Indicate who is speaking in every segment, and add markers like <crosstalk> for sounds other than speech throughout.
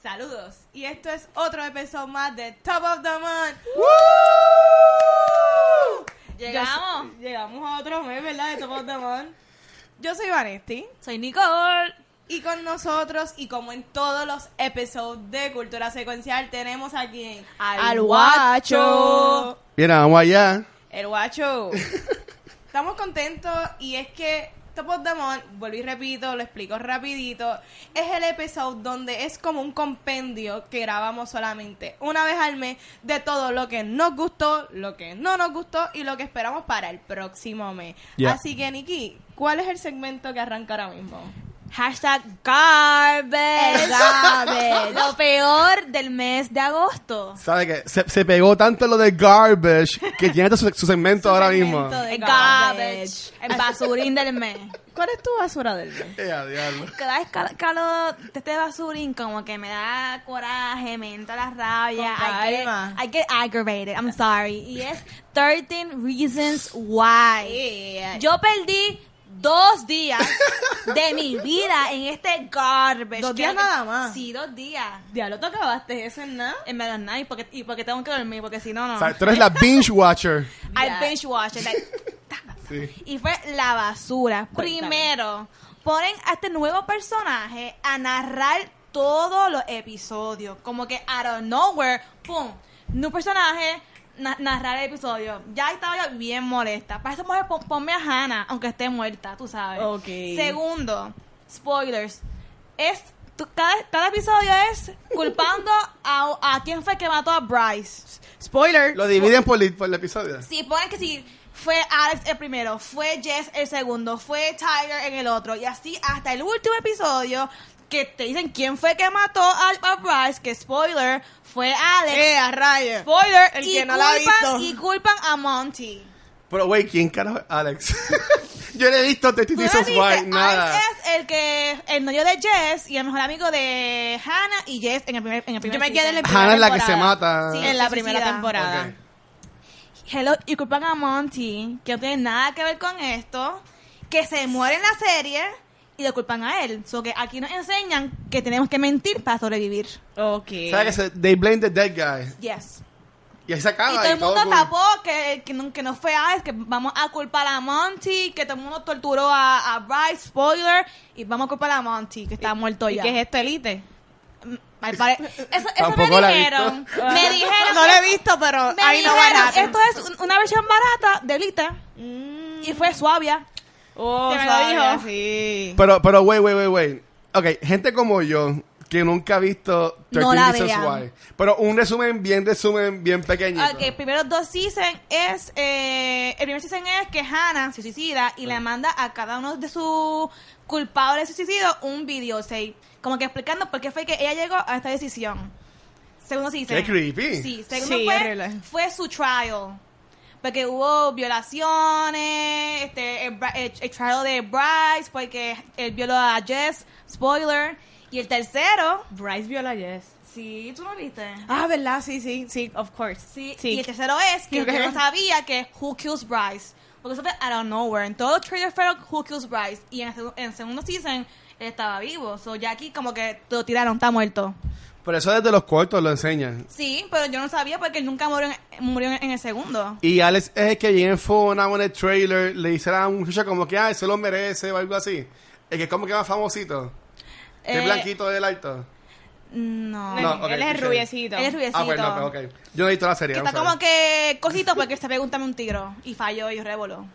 Speaker 1: Saludos. Y esto es otro episodio más de Top of the Month.
Speaker 2: Llegamos.
Speaker 1: Yo soy- llegamos a otro mes, ¿verdad? De Top of the Month. Yo soy Vanesti.
Speaker 2: Soy Nicole.
Speaker 1: Y con nosotros, y como en todos los episodios de Cultura Secuencial, tenemos aquí
Speaker 2: Al guacho.
Speaker 3: Mira, vamos allá.
Speaker 1: El guacho. Estamos contentos y es que Top of the Month, vuelvo y repito, lo explico rapidito, es el episodio donde es como un compendio que grabamos solamente una vez al mes de todo lo que nos gustó, lo que no nos gustó y lo que esperamos para el próximo mes.
Speaker 3: Yeah.
Speaker 1: Así que, Nikki, ¿cuál es el segmento que arranca ahora mismo?
Speaker 2: Hashtag garbage.
Speaker 1: El garbage.
Speaker 2: Lo peor del mes de agosto.
Speaker 3: Sabe que se, se pegó tanto lo de garbage que tiene hasta su, su segmento ahora
Speaker 1: segmento
Speaker 3: mismo.
Speaker 1: de
Speaker 2: El
Speaker 1: garbage.
Speaker 2: garbage. El basurín del mes.
Speaker 1: ¿Cuál es tu basura del mes?
Speaker 3: Eh, a diablo.
Speaker 2: Cada vez que calo de este basurín como que me da coraje, me entra la rabia.
Speaker 1: Con
Speaker 2: I
Speaker 1: calma.
Speaker 2: get, I get aggravated. I'm sorry. Y es 13 Reasons Why.
Speaker 1: Eh,
Speaker 2: Yo perdí dos días de mi vida en este garbage.
Speaker 1: Dos
Speaker 2: Que
Speaker 1: días
Speaker 2: lo que-
Speaker 1: nada más.
Speaker 2: Sí, dos días.
Speaker 1: Ya lo tocabaste eso en nada.
Speaker 2: En verdad, nada. Y porque, y porque tengo que dormir, porque si no, no.
Speaker 3: O sea, tú eres la binge watcher.
Speaker 2: I
Speaker 1: Ya.
Speaker 2: binge watched. like,
Speaker 3: Sí.
Speaker 2: y fue la basura.
Speaker 1: <laughs> Cuéntame.
Speaker 2: Primero, ponen a este nuevo personaje a narrar todos los episodios. Como que out of nowhere, ¡pum! Nuevo personaje, na- narrar el episodio. Ya estaba yo bien molesta. Para esa mujer, pon- ponme a Hannah, aunque esté muerta, tú sabes.
Speaker 1: Ok.
Speaker 2: Segundo, spoilers. Es, tú- cada, cada episodio es culpando a, a quién fue que mató a Bryce.
Speaker 1: Spoiler.
Speaker 3: Lo dividen por, el- por el episodio.
Speaker 2: Si ponen que si fue Alex el primero, fue Jess el segundo, fue Tyler en el otro, y así hasta el último episodio que te dicen quién fue que mató a, a Bryce, que spoiler, fue Alex.
Speaker 1: Eh, a rayos.
Speaker 2: spoiler,
Speaker 1: el
Speaker 2: y,
Speaker 1: que no la ha visto.
Speaker 2: culpan, y culpan a Monty.
Speaker 3: Pero, güey, ¿quién carajo es Alex? <laughs> Yo no he visto The
Speaker 2: Tú no
Speaker 3: Reasons
Speaker 2: viste,
Speaker 3: Why, nada.
Speaker 2: Alex es el que el novio de Jess y el mejor amigo de Hannah y Jess en el primer, en el primer
Speaker 1: Yo me quedé en la
Speaker 2: season.
Speaker 1: primera
Speaker 3: Hannah es Ah, la que
Speaker 1: temporada.
Speaker 3: se mata.
Speaker 1: Sí, en la
Speaker 2: Se
Speaker 1: primera
Speaker 2: suicida.
Speaker 1: temporada.
Speaker 3: Ok.
Speaker 2: Hello, y culpan a Monty, que no tiene nada que ver con esto, que se muere en la serie y lo culpan a él. So que aquí nos enseñan que tenemos que mentir para sobrevivir.
Speaker 1: Ok.
Speaker 3: ¿Sabes que se- they blame the dead guy?
Speaker 2: Yes.
Speaker 3: Y ahí se acaba.
Speaker 2: y todo el mundo
Speaker 3: cool.
Speaker 2: tapó que, que, no, que no fue Alex, que vamos a culpar a Monty, que todo el mundo torturó a, a Bryce, spoiler, y vamos a culpar a Monty, que está muerto
Speaker 1: ¿Y
Speaker 2: ya.
Speaker 1: qué es este. esto, Elite?
Speaker 2: Al pare- Eso, eso
Speaker 3: Tampoco la
Speaker 2: me
Speaker 3: he
Speaker 2: dijeron. Me dijeron.
Speaker 1: Ah. No lo he visto, pero
Speaker 2: me
Speaker 1: ahí no
Speaker 2: dijeron,
Speaker 1: va
Speaker 2: Esto es un- una versión barata de Lita.
Speaker 1: Mm.
Speaker 2: Y fue suavia.
Speaker 1: Oh,
Speaker 2: que me lo
Speaker 1: sabía,
Speaker 2: dijo.
Speaker 1: sí.
Speaker 3: Pero, pero, güey, güey, güey, güey. Ok, gente como yo que nunca ha visto 13
Speaker 2: No la
Speaker 3: Reasons
Speaker 2: vean.
Speaker 3: Why. Pero un resumen bien, resumen bien pequeñito.
Speaker 2: Ok, primeros Ah, dos season es. eh, el primer season es que Hannah se suicida
Speaker 3: Ah.
Speaker 2: y le manda a cada uno de sus culpables de suicidio un video save. Como que explicando por qué fue que ella llegó a esta decisión. Segundo season.
Speaker 3: Qué creepy.
Speaker 2: Sí, segundo
Speaker 1: Sí,
Speaker 2: fue,
Speaker 1: horrible.
Speaker 2: fue su trial. Porque hubo violaciones, este, el, bra- el- el trial de Bryce, porque él violó a Jess, spoiler. Y el tercero,
Speaker 1: Bryce viola Jess.
Speaker 2: sí, tú lo viste.
Speaker 1: Ah, ¿verdad? Sí, sí, sí, of course.
Speaker 2: Sí,
Speaker 1: sí. este
Speaker 2: Y el tercero es que
Speaker 1: Creo que
Speaker 2: yo no
Speaker 1: es.
Speaker 2: sabía que Who Kills Bryce. Porque eso fue out of nowhere. En todo Trader fueron Who Kills Bryce. Y en el, segu- en el segundo season él estaba vivo. So ya aquí como que te lo tiraron, está muerto.
Speaker 3: Pero eso desde los cortos lo enseñan.
Speaker 2: Sí, pero yo no sabía porque él nunca murió en, murió en el segundo.
Speaker 3: Y Alex es el que bien fonado en el trailer, le dice a un muchacho como que, ah, se lo merece o algo así. El que es como que más famosito. Que es
Speaker 2: Eh,
Speaker 3: blanquito del alto. Ah,
Speaker 2: No.
Speaker 3: No, ok,
Speaker 1: Él es
Speaker 3: sí.
Speaker 1: rubiecito.
Speaker 2: Él es rubiecito.
Speaker 3: Ah, bueno, ok, ok. Yo no he visto la serie.
Speaker 2: Que
Speaker 3: vamos
Speaker 2: está
Speaker 3: a
Speaker 2: como
Speaker 3: ver.
Speaker 2: que cosito porque se pregúntame un tiro. Y falló y revoló.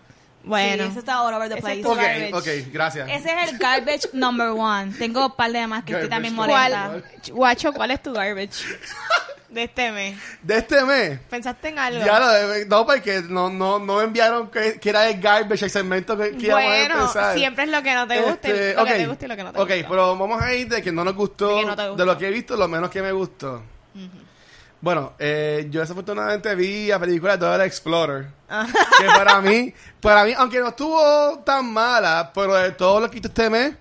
Speaker 1: Bueno.
Speaker 2: Sí, ese está all over the
Speaker 1: Ese
Speaker 2: place.
Speaker 1: estuvo-
Speaker 3: Ok, ok, gracias.
Speaker 2: Ese es el garbage number one. Tengo un par de demás que estoy
Speaker 3: Garbage
Speaker 2: también
Speaker 3: number
Speaker 2: molesta.
Speaker 3: one.
Speaker 1: ¿Cuál, guacho, ¿cuál es tu garbage de este mes?
Speaker 3: De este mes.
Speaker 1: ¿Pensaste en algo?
Speaker 3: Ya lo de- no, porque no, no, no me enviaron que, que era el garbage, el segmento que, que íbamos a
Speaker 1: bueno,
Speaker 3: empezar.
Speaker 1: siempre es lo que no te gusta,
Speaker 3: Este,
Speaker 1: lo
Speaker 3: ok,
Speaker 1: que te gusta y lo que no te
Speaker 3: ok,
Speaker 1: gusta.
Speaker 3: pero vamos a ir de que no nos gustó,
Speaker 1: De
Speaker 3: de,
Speaker 1: que no te gustó.
Speaker 3: lo que he visto, lo menos que me gustó. Bueno, eh, yo desafortunadamente vi la película de The Explorer.
Speaker 1: Ah.
Speaker 3: que para mí, para mí, aunque no estuvo tan mala, pero de todo lo que hizo este mes,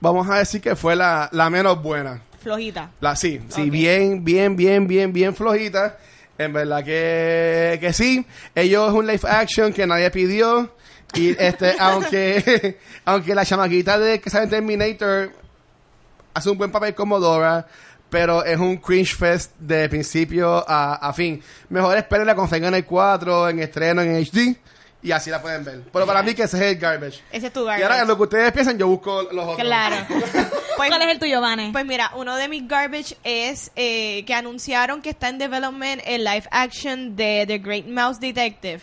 Speaker 3: vamos a decir que fue la, la menos buena.
Speaker 1: Flojita.
Speaker 3: La, sí, sí,
Speaker 1: Ok.
Speaker 3: bien, bien, bien, bien, bien flojita. En verdad que, que sí. Ellos es un live action que nadie pidió. Y este, aunque, <laughs> aunque la chamaquita de que sale en Terminator hace un buen papel como Dora, pero es un cringe fest de principio a, a fin. Mejor espérenla cuando salga en el 4, en estreno, en HD, y así la pueden ver. Pero para mí que ese es el garbage.
Speaker 1: Ese es tu
Speaker 3: Y ahora en
Speaker 1: garbage.
Speaker 3: lo que ustedes piensan, yo busco los otros. <laughs>
Speaker 1: Claro. Pues-
Speaker 2: ¿Cuál es el tuyo, Vane?
Speaker 1: Pues mira, uno de mis garbage es eh, que anunciaron que está en development el live action de The Great Mouse Detective.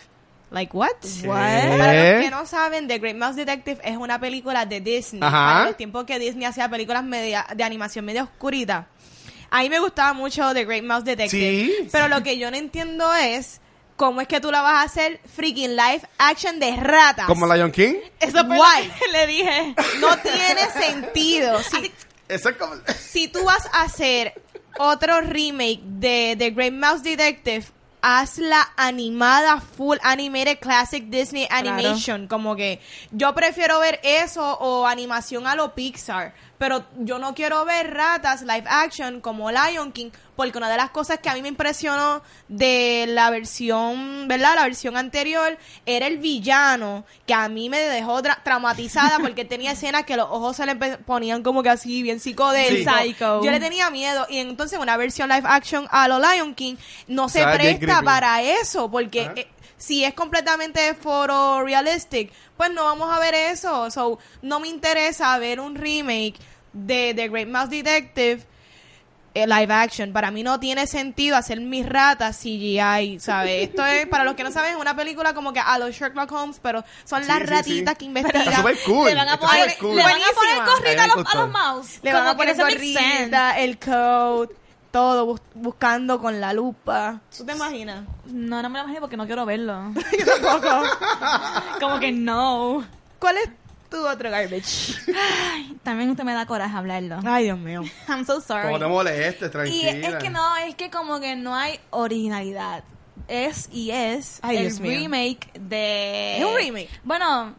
Speaker 1: Like what?
Speaker 3: ¿Qué?
Speaker 1: Para los que no saben, The Great Mouse Detective es una película de Disney.
Speaker 3: Ajá.
Speaker 1: Para el tiempo que Disney hacía películas media, de animación media oscurita. A mí me gustaba mucho The Great Mouse Detective.
Speaker 3: Sí.
Speaker 1: Pero lo que yo no entiendo es cómo es que tú la vas a hacer freaking live action de ratas.
Speaker 3: Como Lion King.
Speaker 1: Eso fue lo
Speaker 2: Guay.
Speaker 1: que le dije. No tiene sentido. Sí.
Speaker 3: Eso es como-
Speaker 1: si tú vas a hacer otro remake de The Great Mouse Detective, hazla animada, full animated classic Disney animation. Como que yo prefiero ver eso o animación a lo Pixar. Pero yo no quiero ver ratas live action como Lion King, porque una de las cosas que a mí me impresionó de la versión, ¿verdad? La versión anterior era el villano, que a mí me dejó tra- traumatizada porque tenía escenas que los ojos se le empe- ponían como que así, bien psicodélicos.
Speaker 2: Sí. Psycho.
Speaker 1: Yo le tenía miedo. Y entonces una versión live action a lo Lion King no se
Speaker 3: O sea, Ah. bien
Speaker 1: presta
Speaker 3: creepy.
Speaker 1: para eso, porque...
Speaker 3: Ajá.
Speaker 1: eh, si es completamente foro realistic, pues no vamos a ver eso. So, no me interesa ver un remake de The Great Mouse Detective eh, live action. Para mí no tiene sentido hacer mis ratas CGI, ¿sabes? Esto es, para los que no saben, es una película como que a los Sherlock Holmes, pero son
Speaker 3: Sí,
Speaker 1: las
Speaker 3: sí, sí.
Speaker 1: ratitas que investigan.
Speaker 3: Está súper cool.
Speaker 2: Le van a
Speaker 3: Está
Speaker 2: poner,
Speaker 3: súper cool.
Speaker 2: le van a poner
Speaker 1: Buenísima.
Speaker 2: corrida a
Speaker 3: Ahí me
Speaker 2: los, a
Speaker 3: gustó.
Speaker 2: los mouse.
Speaker 1: Le van
Speaker 2: Como
Speaker 1: a
Speaker 2: que
Speaker 1: poner
Speaker 2: eso makes sense.
Speaker 1: gorrita, el code, todo, bus- buscando con la lupa. ¿Tú te imaginas?
Speaker 2: No, no me lo imagino porque no quiero
Speaker 1: <laughs>
Speaker 2: verlo.
Speaker 1: Yo tampoco.
Speaker 2: Como que no.
Speaker 1: ¿Cuál es tu otro garbage?
Speaker 2: Ay, también usted me da coraje hablarlo.
Speaker 1: <laughs> Ay, Dios mío.
Speaker 2: I'm so sorry.
Speaker 3: Como te molestes,
Speaker 2: Y
Speaker 3: tranquila.
Speaker 2: es que no, es que como que no hay originalidad. Es y es
Speaker 1: Ay,
Speaker 2: el
Speaker 1: Dios mío.
Speaker 2: remake de...
Speaker 1: Es un remake.
Speaker 2: Bueno,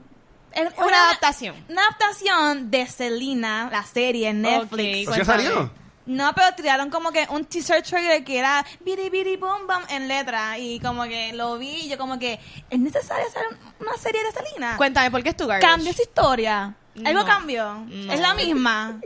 Speaker 2: es
Speaker 1: Una adaptación.
Speaker 2: Una adaptación de Selena, la serie en Netflix.
Speaker 3: ¿O sea, salió?
Speaker 2: No, pero tiraron como que un teaser trailer que era biri biri bom bam en letra y como que lo vi y yo como que es necesario hacer un- una serie de Selena.
Speaker 1: Cuéntame, ¿por qué es tu garbage?
Speaker 2: Cambió esa historia. Algo
Speaker 1: No.
Speaker 2: cambió.
Speaker 1: No.
Speaker 2: Es la misma.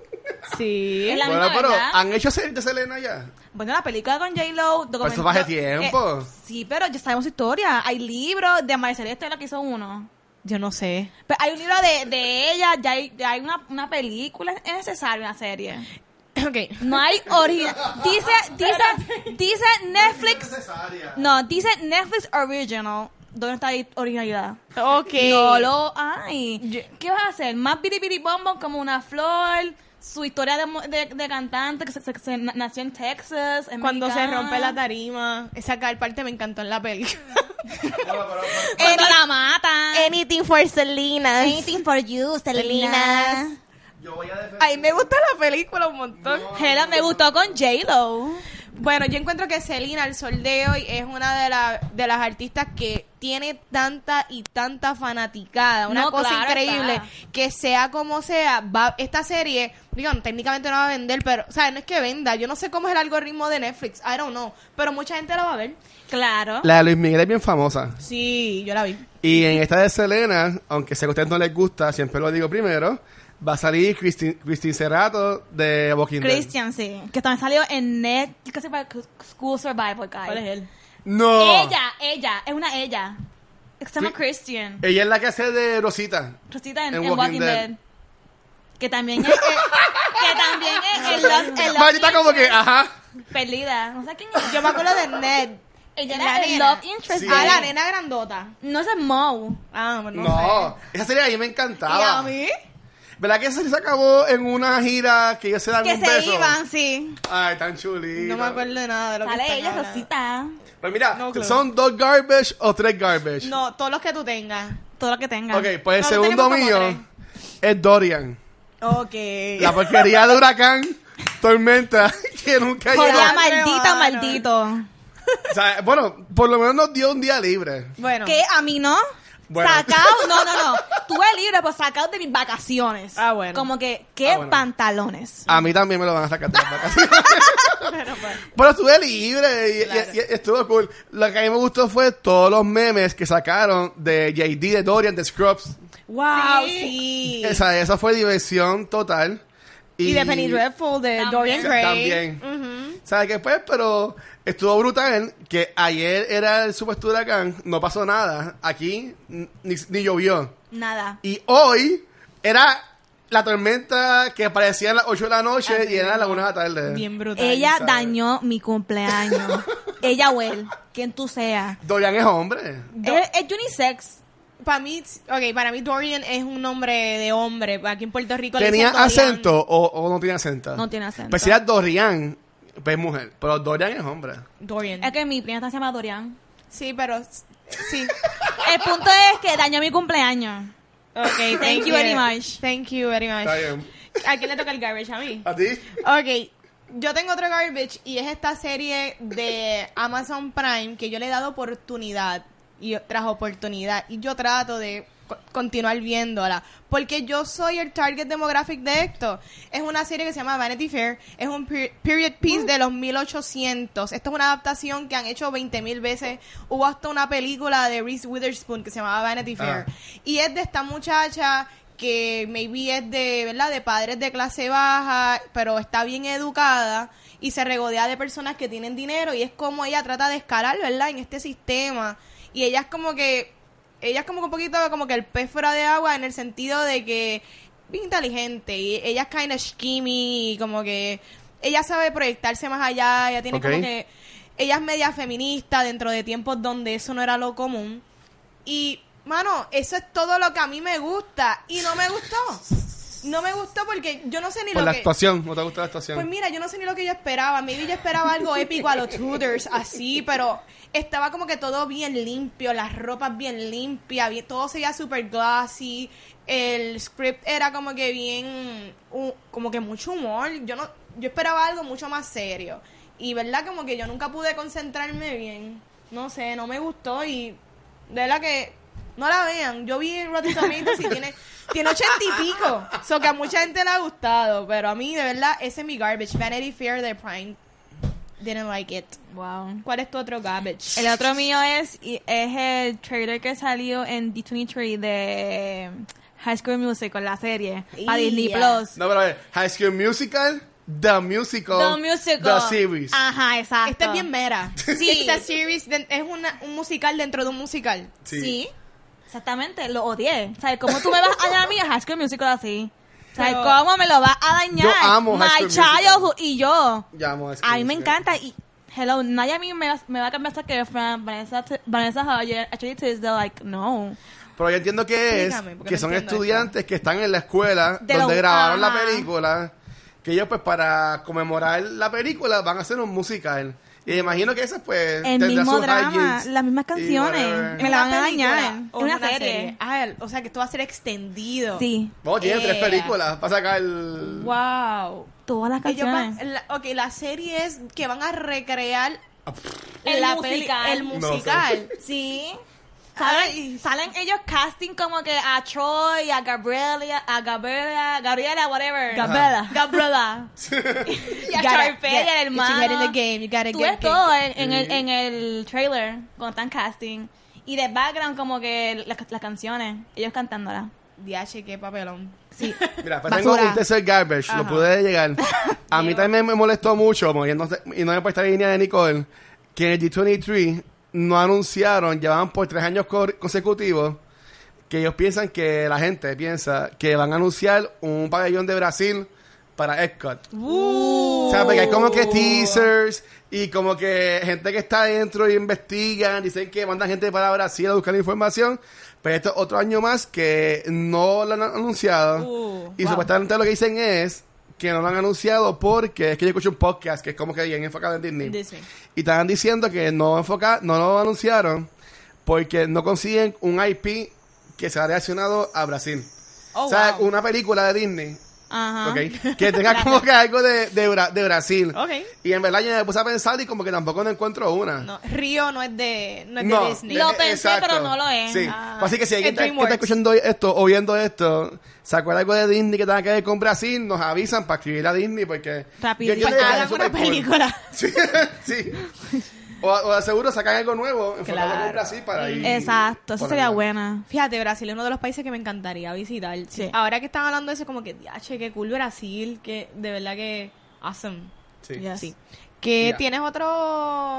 Speaker 1: Sí.
Speaker 2: Es la
Speaker 3: Bueno,
Speaker 2: misma,
Speaker 3: pero
Speaker 2: ¿verdad?
Speaker 3: ¿han hecho series de Selena ya?
Speaker 2: Bueno, la película con J-Lo.
Speaker 3: Pues eso
Speaker 2: documental-
Speaker 3: fue hace tiempo.
Speaker 2: eh, sí, pero ya sabemos su historia. Hay libros de Maricela Estela que hizo uno.
Speaker 1: Yo no sé.
Speaker 2: Pero hay un libro de, de ella, ya hay, ya hay una, una película, es necesario una serie.
Speaker 1: Ok.
Speaker 2: No hay original. Dice, dice, dice Netflix.
Speaker 3: necesaria.
Speaker 2: No, dice Netflix Original. ¿Dónde está la originalidad?
Speaker 1: Ok.
Speaker 2: No lo hay.
Speaker 1: Yo-
Speaker 2: ¿Qué vas a hacer? Más biribiri bombón como una flor. Su historia de, mo- de- de cantante que se, se- se na- nació en Texas. es
Speaker 1: Cuando se
Speaker 2: mexicana.
Speaker 1: rompe la tarima. Esa car- parte me encantó en la <laughs> película.
Speaker 2: Cuando la matan.
Speaker 1: Anything for Selena.
Speaker 2: Anything for you, Selena.
Speaker 3: Yo voy a defender.
Speaker 1: Ay, me gusta la película un montón.
Speaker 2: Hello, me gustó con J-Lo.
Speaker 1: Bueno, yo encuentro que Selena, el sol de hoy, es una de, la- de las artistas que tiene tanta y tanta fanaticada. Una
Speaker 2: No,
Speaker 1: cosa
Speaker 2: claro
Speaker 1: increíble.
Speaker 2: está.
Speaker 1: Que sea como sea, va, esta serie, digan, técnicamente no va a vender, pero, o sea, no es que venda. Yo no sé cómo es el algoritmo de Netflix. I don't know. Pero mucha gente la va a ver.
Speaker 2: Claro.
Speaker 3: La de Luis Miguel es bien famosa.
Speaker 1: Sí, yo la vi.
Speaker 3: Y en esta de Selena, aunque sé que a ustedes no les gusta, siempre lo digo primero, va a salir Christine, Christine Cerrato de Walking Dead.
Speaker 2: Christian, sí. Que también salió en Net. que se llama School Survival Guy.
Speaker 1: ¿Cuál es él?
Speaker 3: No.
Speaker 2: Ella, ella. Es una ella. Que se llama
Speaker 3: Sí.
Speaker 2: Christian.
Speaker 3: Ella es la que hace de Rosita.
Speaker 2: Rosita en,
Speaker 3: en
Speaker 2: en
Speaker 3: Walking
Speaker 2: Walking,
Speaker 3: Dead.
Speaker 2: Dead. Que también es. eh, que también es.
Speaker 3: <laughs>
Speaker 2: El love, el love
Speaker 3: Maldita como que, ajá.
Speaker 2: interest Perdida. No
Speaker 1: <laughs>
Speaker 2: sé quién es.
Speaker 1: Yo me acuerdo de Ned.
Speaker 2: ella
Speaker 1: la
Speaker 2: era el
Speaker 1: nena.
Speaker 2: love interest.
Speaker 3: Sí.
Speaker 2: de-
Speaker 1: Ah, la nena grandota.
Speaker 2: No esa es Mo.
Speaker 1: Ah, no,
Speaker 3: No,
Speaker 1: sé.
Speaker 3: esa serie a mí me encantaba.
Speaker 1: ¿Y a mí?
Speaker 3: ¿Verdad que esa serie se acabó en una gira que ellos se dan
Speaker 1: Que
Speaker 3: un
Speaker 1: se
Speaker 3: beso?
Speaker 1: iban, Ah, sí.
Speaker 3: Ay, tan chulito.
Speaker 1: No me acuerdo de nada de lo que
Speaker 2: Sale
Speaker 1: están
Speaker 2: ella,
Speaker 1: hablando.
Speaker 2: Rosita.
Speaker 3: Pues mira,
Speaker 1: No, claro.
Speaker 3: son dos garbage o tres garbage.
Speaker 1: No, todos los que tú tengas.
Speaker 2: Todo lo que tenga.
Speaker 3: Ok, pues el
Speaker 1: No,
Speaker 3: segundo
Speaker 1: tenemos como
Speaker 3: mío es Dorian.
Speaker 1: Ok.
Speaker 3: La porquería de huracán, tormenta, <laughs> que nunca
Speaker 2: Por
Speaker 1: Joder,
Speaker 2: la
Speaker 3: llegó.
Speaker 2: maldita,
Speaker 1: Bueno.
Speaker 2: maldito.
Speaker 3: O sea, bueno, por lo menos nos dio un día libre.
Speaker 1: Bueno. <laughs>
Speaker 2: ¿Qué? ¿A mí no?
Speaker 3: Bueno.
Speaker 2: Sacado, no, no,
Speaker 3: <laughs>
Speaker 2: no. Tuve libre, pues sacado de mis vacaciones.
Speaker 1: Ah, bueno.
Speaker 2: Como que, ¿qué
Speaker 3: Ah, bueno.
Speaker 2: pantalones?
Speaker 3: A mí también me lo van a sacar de las vacaciones.
Speaker 1: Pero, pues,
Speaker 3: Pero estuve libre y, y-
Speaker 1: Claro.
Speaker 3: y- y estuvo cool. Lo que a mí me gustó fue todos los memes que sacaron de JD, de Dorian, de Scrubs.
Speaker 1: Wow,
Speaker 2: Sí.
Speaker 1: sí.
Speaker 3: Esa, esa fue diversión total.
Speaker 1: Y, de Penny Dreadful, de
Speaker 2: También.
Speaker 1: Dorian
Speaker 2: Sí,
Speaker 1: Gray.
Speaker 3: también.
Speaker 1: Ujú.
Speaker 3: ¿Sabes qué? Pues, pero estuvo brutal que ayer era el supuesto huracán, no pasó nada. Aquí n- ni, ni llovió.
Speaker 2: Nada.
Speaker 3: Y hoy era la tormenta que aparecía a las 8 de la noche
Speaker 2: Así
Speaker 3: y era a las
Speaker 2: mismo.
Speaker 3: 1 de la tarde.
Speaker 1: Bien brutal.
Speaker 2: Ella
Speaker 3: ¿sabes?
Speaker 2: dañó mi
Speaker 3: <laughs>
Speaker 2: cumpleaños. Ella o él, quien tú seas.
Speaker 3: Dorian es hombre.
Speaker 1: Do-
Speaker 2: es, es unisex.
Speaker 1: Para mí, ok, para mí Dorian es un nombre de hombre. Aquí en Puerto Rico le
Speaker 3: ¿Tenía
Speaker 1: dicen Dorian.
Speaker 3: acento o, o no tenía acento?
Speaker 2: No tiene acento.
Speaker 3: Pues si era Dorian, pues es mujer. Pero Dorian es hombre.
Speaker 1: Dorian.
Speaker 2: Es que mi prima se llama Dorian.
Speaker 1: Sí, pero s- sí.
Speaker 2: El punto es que dañó mi cumpleaños.
Speaker 1: <laughs> Ok, thank,
Speaker 2: you very much.
Speaker 1: Thank you very much.
Speaker 3: Está bien.
Speaker 1: ¿A quién le toca el garbage? A mí.
Speaker 3: ¿A ti?
Speaker 1: Ok, yo tengo otro garbage y es esta serie de Amazon Prime que yo le he dado oportunidad y tras oportunidad y yo trato de co- continuar viéndola porque yo soy el target demographic de esto. Es una serie que se llama Vanity Fair, es un per- period piece de los 1800. Esto es una adaptación que han hecho 20.000 veces. Hubo hasta una película de Reese Witherspoon que se llamaba Vanity Fair
Speaker 3: Ah.
Speaker 1: y es de esta muchacha que maybe es de, ¿verdad? De padres de clase baja, pero está bien educada y se regodea de personas que tienen dinero y es como ella trata de escalar, ¿verdad? En este sistema. Y ella es como que, ella es como que un poquito como que el pez fuera de agua en el sentido de que bien inteligente y ella es kind of scheming y como que ella sabe proyectarse más allá, ella tiene
Speaker 3: Ok.
Speaker 1: como que, ella es media feminista dentro de tiempos donde eso no era lo común. Y, mano, eso es todo lo que a mí me gusta. Y no me gustó. No me gustó porque yo no sé ni
Speaker 3: Por
Speaker 1: lo
Speaker 3: la
Speaker 1: que...
Speaker 3: actuación. ¿No te gusta la actuación?
Speaker 1: Pues mira, yo no sé ni lo que yo esperaba. Maybe yo esperaba algo épico a los Tudors, así, pero estaba como que todo bien limpio, las ropas bien limpias, bien- todo se veía super glassy. El script era como que bien, u- como que mucho humor. Yo no, yo esperaba algo mucho más serio. Y verdad, como que yo nunca pude concentrarme bien. No sé, no me gustó y de verdad que no la vean. Yo vi Rotten Tomatoes y
Speaker 2: <laughs>
Speaker 1: tiene, tiene ochenta y pico. So que a mucha gente le ha gustado. Pero a mí, de verdad, ese es mi garbage. Vanity Fair de Prime. Didn't like it.
Speaker 2: Wow.
Speaker 1: ¿Cuál es tu otro garbage?
Speaker 2: El otro mío es, y es el trailer que salió en D23 de High School Musical, la serie, para
Speaker 1: Y
Speaker 2: Disney
Speaker 1: ya.
Speaker 2: Plus.
Speaker 3: No, pero a ver. High School Musical, The Musical.
Speaker 2: The Musical. Ah,
Speaker 3: The Series.
Speaker 2: Ajá, exacto.
Speaker 1: este es bien mera.
Speaker 2: Sí.
Speaker 1: It's a series de- es una- un musical dentro de un musical.
Speaker 2: Sí. Exactamente, lo odié. O sea, ¿cómo tú me vas a dañar a mí a High School Musical así? O sea,
Speaker 1: Pero-
Speaker 2: ¿cómo me lo vas a dañar?
Speaker 3: Yo amo High
Speaker 2: My
Speaker 3: School Musical.
Speaker 2: Childhood y yo.
Speaker 3: Ya amo High School
Speaker 2: A mí me
Speaker 3: Musical.
Speaker 2: encanta y hello, nadie a mí me va, me va a cambiar esa que from Vanessa Vanessa Hudgens, actually Tuesday like no.
Speaker 3: Pero yo entiendo que es
Speaker 1: Explícame, porque
Speaker 3: que
Speaker 1: no
Speaker 3: son
Speaker 1: entiendo
Speaker 3: estudiantes que están en la escuela
Speaker 2: De
Speaker 3: donde
Speaker 2: lo-
Speaker 3: grabaron
Speaker 2: ajá.
Speaker 3: la película. Que ellos, pues, para conmemorar la película, van a hacer un musical. Y imagino que ese, pues,
Speaker 2: El
Speaker 3: tendrá
Speaker 2: mismo
Speaker 3: sus
Speaker 2: drama,
Speaker 3: hijinks
Speaker 2: las mismas
Speaker 3: y
Speaker 2: canciones.
Speaker 3: whatever.
Speaker 2: Me la
Speaker 1: ¿Es una
Speaker 2: van a
Speaker 1: película
Speaker 2: dañar.
Speaker 1: o
Speaker 2: Es una serie.
Speaker 1: Ah, el- o sea que esto va a ser extendido.
Speaker 2: Sí,
Speaker 3: Vamos, tienen tres
Speaker 1: Eh.
Speaker 3: películas para sacar el...
Speaker 1: Wow.
Speaker 2: todas las
Speaker 1: Ellos van-
Speaker 2: canciones.
Speaker 1: la- ok, la serie es que van a recrear
Speaker 2: El
Speaker 1: la
Speaker 2: musical.
Speaker 1: peli- el
Speaker 3: Ah, No sé.
Speaker 1: musical.
Speaker 2: Sí. Salen, salen ellos casting como que a Troy, a Gabriela, a Gabriela, Gabriela, whatever.
Speaker 3: Gabriela.
Speaker 2: <laughs> Gabriela. y a Charpe, y al hermano. Tú ves todo en, en el,
Speaker 3: Sí.
Speaker 2: en el trailer cuando están casting. Y de background como que las, las canciones, ellos cantándolas.
Speaker 1: DH, qué papelón. <laughs>
Speaker 2: Sí.
Speaker 3: Mira, pues
Speaker 2: Basura.
Speaker 3: tengo un tercer garbage,
Speaker 1: Ajá.
Speaker 3: no pude llegar. A mí también me molestó mucho, como yo no sé- y no me puede estar en línea de Nicole, que en el G23 no anunciaron, llevaban por tres años cor- consecutivos, que ellos piensan que la gente piensa que van a anunciar un pabellón de Brasil para Epcot.
Speaker 2: Uh.
Speaker 3: O sea, porque hay como que teasers y como que gente que está adentro y investigan, dicen que mandan gente para Brasil a buscar información. Pero esto es otro año más que no lo han anunciado.
Speaker 1: Uh,
Speaker 3: y
Speaker 1: wow.
Speaker 3: supuestamente lo que dicen es que no lo han anunciado porque es que yo escuché un podcast que es como que bien enfocado en Disney.
Speaker 1: Disney.
Speaker 3: Y estaban diciendo que no, enfoca, no lo anunciaron porque no consiguen un IP que sea relacionado a Brasil.
Speaker 1: Oh,
Speaker 3: o sea,
Speaker 1: wow. Ah.
Speaker 3: una película de Disney
Speaker 1: <laughs>
Speaker 2: Ajá.
Speaker 3: Ok. Que tenga como que algo de, de, Bra- de Brasil.
Speaker 1: Ok.
Speaker 3: Y en verdad yo me puse a pensar y como que tampoco no encuentro una.
Speaker 1: No, Río no es de, no es de Disney.
Speaker 2: Lo
Speaker 3: eh,
Speaker 2: pensé, pero no lo es.
Speaker 3: Sí. Pues
Speaker 1: Ah.
Speaker 3: Así que si alguien
Speaker 1: Es
Speaker 3: está, que está
Speaker 1: DreamWorks.
Speaker 3: escuchando esto, oyendo esto, se acuerda algo de Disney que tenga que ver con Brasil, nos avisan
Speaker 1: Pues,
Speaker 3: para escribir a Disney porque...
Speaker 2: Rapidito.
Speaker 3: creo que <laughs>
Speaker 1: Hagan
Speaker 3: es
Speaker 1: una
Speaker 3: supercool.
Speaker 1: película.
Speaker 3: Sí, sí. O, o de seguro sacan algo nuevo, enfocado
Speaker 1: Claro.
Speaker 3: con Brasil para ir.
Speaker 2: Exacto, eso
Speaker 3: por
Speaker 2: sería
Speaker 3: allá.
Speaker 2: buena.
Speaker 1: <laughs> Fíjate, Brasil es uno de los países que me encantaría visitar.
Speaker 2: Sí.
Speaker 1: Ahora que están hablando de eso, como que, diache, qué cool Brasil, que de verdad que awesome.
Speaker 3: Sí.
Speaker 2: Yes.
Speaker 1: Sí. Que
Speaker 3: Ya.
Speaker 1: tienes otro...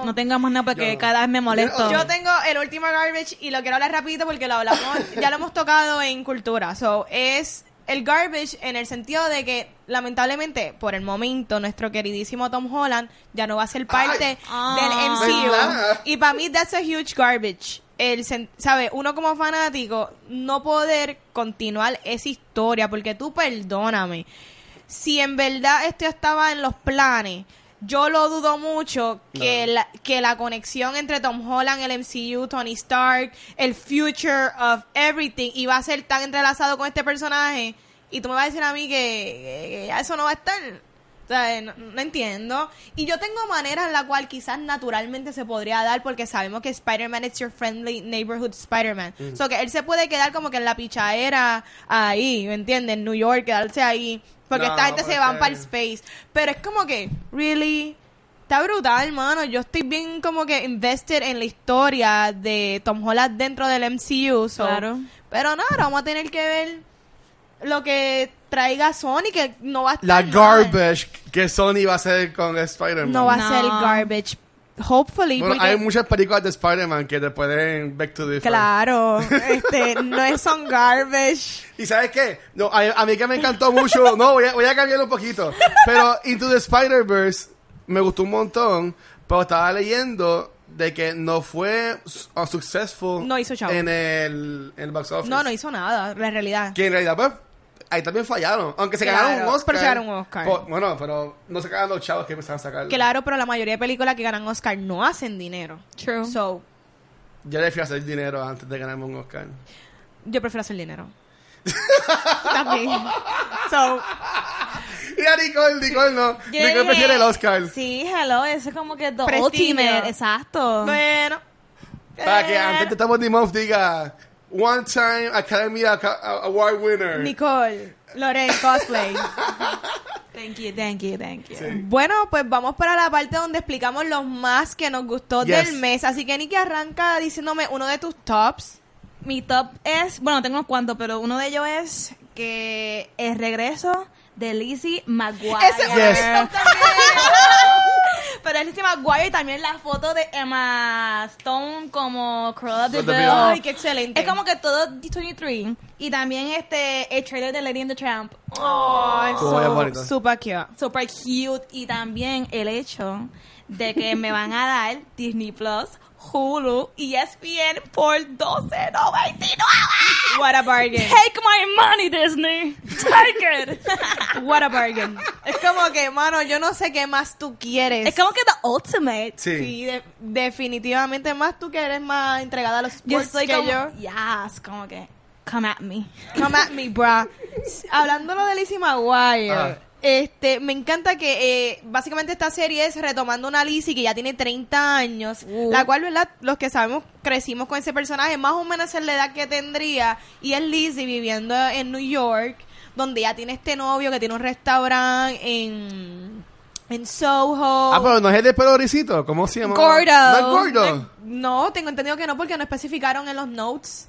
Speaker 2: No tengamos nada porque
Speaker 3: Yo-
Speaker 2: cada vez me molesto.
Speaker 1: Yo tengo el último garbage y lo quiero hablar rapidito porque lo hablamos, ya lo hemos tocado en cultura. So, es el garbage en el sentido de que, lamentablemente, por el momento, nuestro queridísimo Tom Holland ya no va a ser parte
Speaker 2: Ay. Ah.
Speaker 1: del MCU.
Speaker 3: ¿Verdad?
Speaker 1: Y para mí, that's a huge garbage. El, sen- sabe, uno como fanático, no poder continuar esa historia, porque tú perdóname si en verdad esto estaba en los planes, yo lo dudo mucho que, la, que la conexión entre Tom Holland, el MCU, Tony Stark, el future of everything, iba a ser tan entrelazado con este personaje. Y tú me vas a decir a mí que, que- que eso no va a estar. O sea, no, no entiendo. Y yo tengo maneras en la cual quizás naturalmente se podría dar porque sabemos que Spider-Man es your friendly neighborhood Spider-Man. O so que él se puede quedar como que en la pichadera ahí, ¿me entiendes? En New York, quedarse ahí. Porque
Speaker 3: No,
Speaker 1: esta gente se
Speaker 3: porque-
Speaker 1: van para el space. Pero es como que, really, está brutal, hermano. Yo estoy bien como que invested en la historia de Tom Holland dentro del MCU. so-
Speaker 2: Claro.
Speaker 1: Pero nada, ahora vamos a tener que ver lo que traiga Sony, que no va a estar
Speaker 3: La
Speaker 1: mal.
Speaker 3: garbage que Sony va a hacer con Spider-Man.
Speaker 1: No va a
Speaker 2: No.
Speaker 1: ser garbage. Hopefully.
Speaker 3: bueno,
Speaker 1: porque-
Speaker 3: hay muchas películas de Spider-Man que te pueden Back to the <laughs>
Speaker 1: Claro, este, no es son garbage.
Speaker 3: ¿Y sabes qué? No, a, a mí que me encantó mucho. No, voy a, voy a cambiarlo un poquito. Pero Into the Spider-Verse me gustó un montón. Pero estaba leyendo de que no fue su- uh, successful
Speaker 1: No hizo chavo.
Speaker 3: en el, en el box office.
Speaker 1: No, no hizo nada, la realidad.
Speaker 3: Que en realidad, pues, ahí también fallaron. Aunque se
Speaker 1: Claro,
Speaker 3: ganaron un Oscar.
Speaker 1: pero se ganaron un Oscar.
Speaker 3: po- bueno, pero no se ganaron los chavos que empezaron a sacar.
Speaker 1: Claro, pero la mayoría de películas que ganan Oscar no hacen dinero.
Speaker 2: True.
Speaker 1: So,
Speaker 3: Yo le fui a hacer dinero antes de ganarme un Oscar. <laughs>
Speaker 1: yo prefiero hacer dinero. También. So,
Speaker 3: Y a Nicole, Nicole no.
Speaker 2: Yo
Speaker 3: Nicole
Speaker 2: dije,
Speaker 3: prefiere el Oscar.
Speaker 2: Sí, hello, eso es como que the
Speaker 1: Prestigio.
Speaker 2: ultimate, exacto.
Speaker 1: bueno.
Speaker 3: Para que
Speaker 1: Eh,
Speaker 3: antes de Tommy Moff diga One Time Academy Aca- Award Winner.
Speaker 1: Nicole, Loren, cosplay.
Speaker 2: Thank you, thank you, thank you.
Speaker 3: <laughs> Sí.
Speaker 1: Bueno, pues vamos para la parte donde explicamos los más que nos gustó
Speaker 3: Yes.
Speaker 1: del mes. Así que Nikki arranca diciéndome uno de tus tops.
Speaker 2: Mi top es, bueno, tengo unos cuantos, pero uno de ellos es que el regreso de Lizzie McGuire.
Speaker 1: Ese
Speaker 3: fue Yes. mi
Speaker 2: pero es Lizzie McGuire y también la foto de Emma Stone como Cruella de
Speaker 3: Cruella de
Speaker 2: Vil.
Speaker 3: Vil.
Speaker 1: Ay, qué excelente.
Speaker 2: Es como que todo D23 y también este el trailer de Lady and the Tramp.
Speaker 1: Ay,
Speaker 3: Estuvo bien
Speaker 1: so-
Speaker 3: bonito.
Speaker 1: super cute.
Speaker 2: super cute y también el hecho de que me van a dar Disney Plus, Hulu y E ESPN por 12.99.
Speaker 1: What a bargain.
Speaker 2: Take my money Disney. Take it.
Speaker 1: What a bargain. Es como que, mano, yo no sé qué más tú quieres.
Speaker 2: es como que the ultimate.
Speaker 3: Sí.
Speaker 1: Sí, de- definitivamente más tú que eres más entregada a los
Speaker 2: Yo
Speaker 1: sports
Speaker 2: soy
Speaker 1: que
Speaker 2: como
Speaker 1: yo.
Speaker 2: yes, como que come at me.
Speaker 1: Come at me, bruh. S- Hablándolo de Lizzie McGuire,
Speaker 3: Ah.
Speaker 1: este, me encanta que eh, básicamente esta serie es retomando una Lizzie que ya tiene 30 años,
Speaker 2: Uh.
Speaker 1: la cual, ¿verdad? Los que sabemos crecimos con ese personaje, más o menos es la edad que tendría, y es Lizzie viviendo en New York, donde ya tiene este novio que tiene un restaurante en, en Soho.
Speaker 3: Ah, pero no es el de pelo lisito. ¿Cómo se llama?
Speaker 2: Gordo.
Speaker 3: No es gordo.
Speaker 1: No, tengo entendido que no, porque no especificaron en los notes.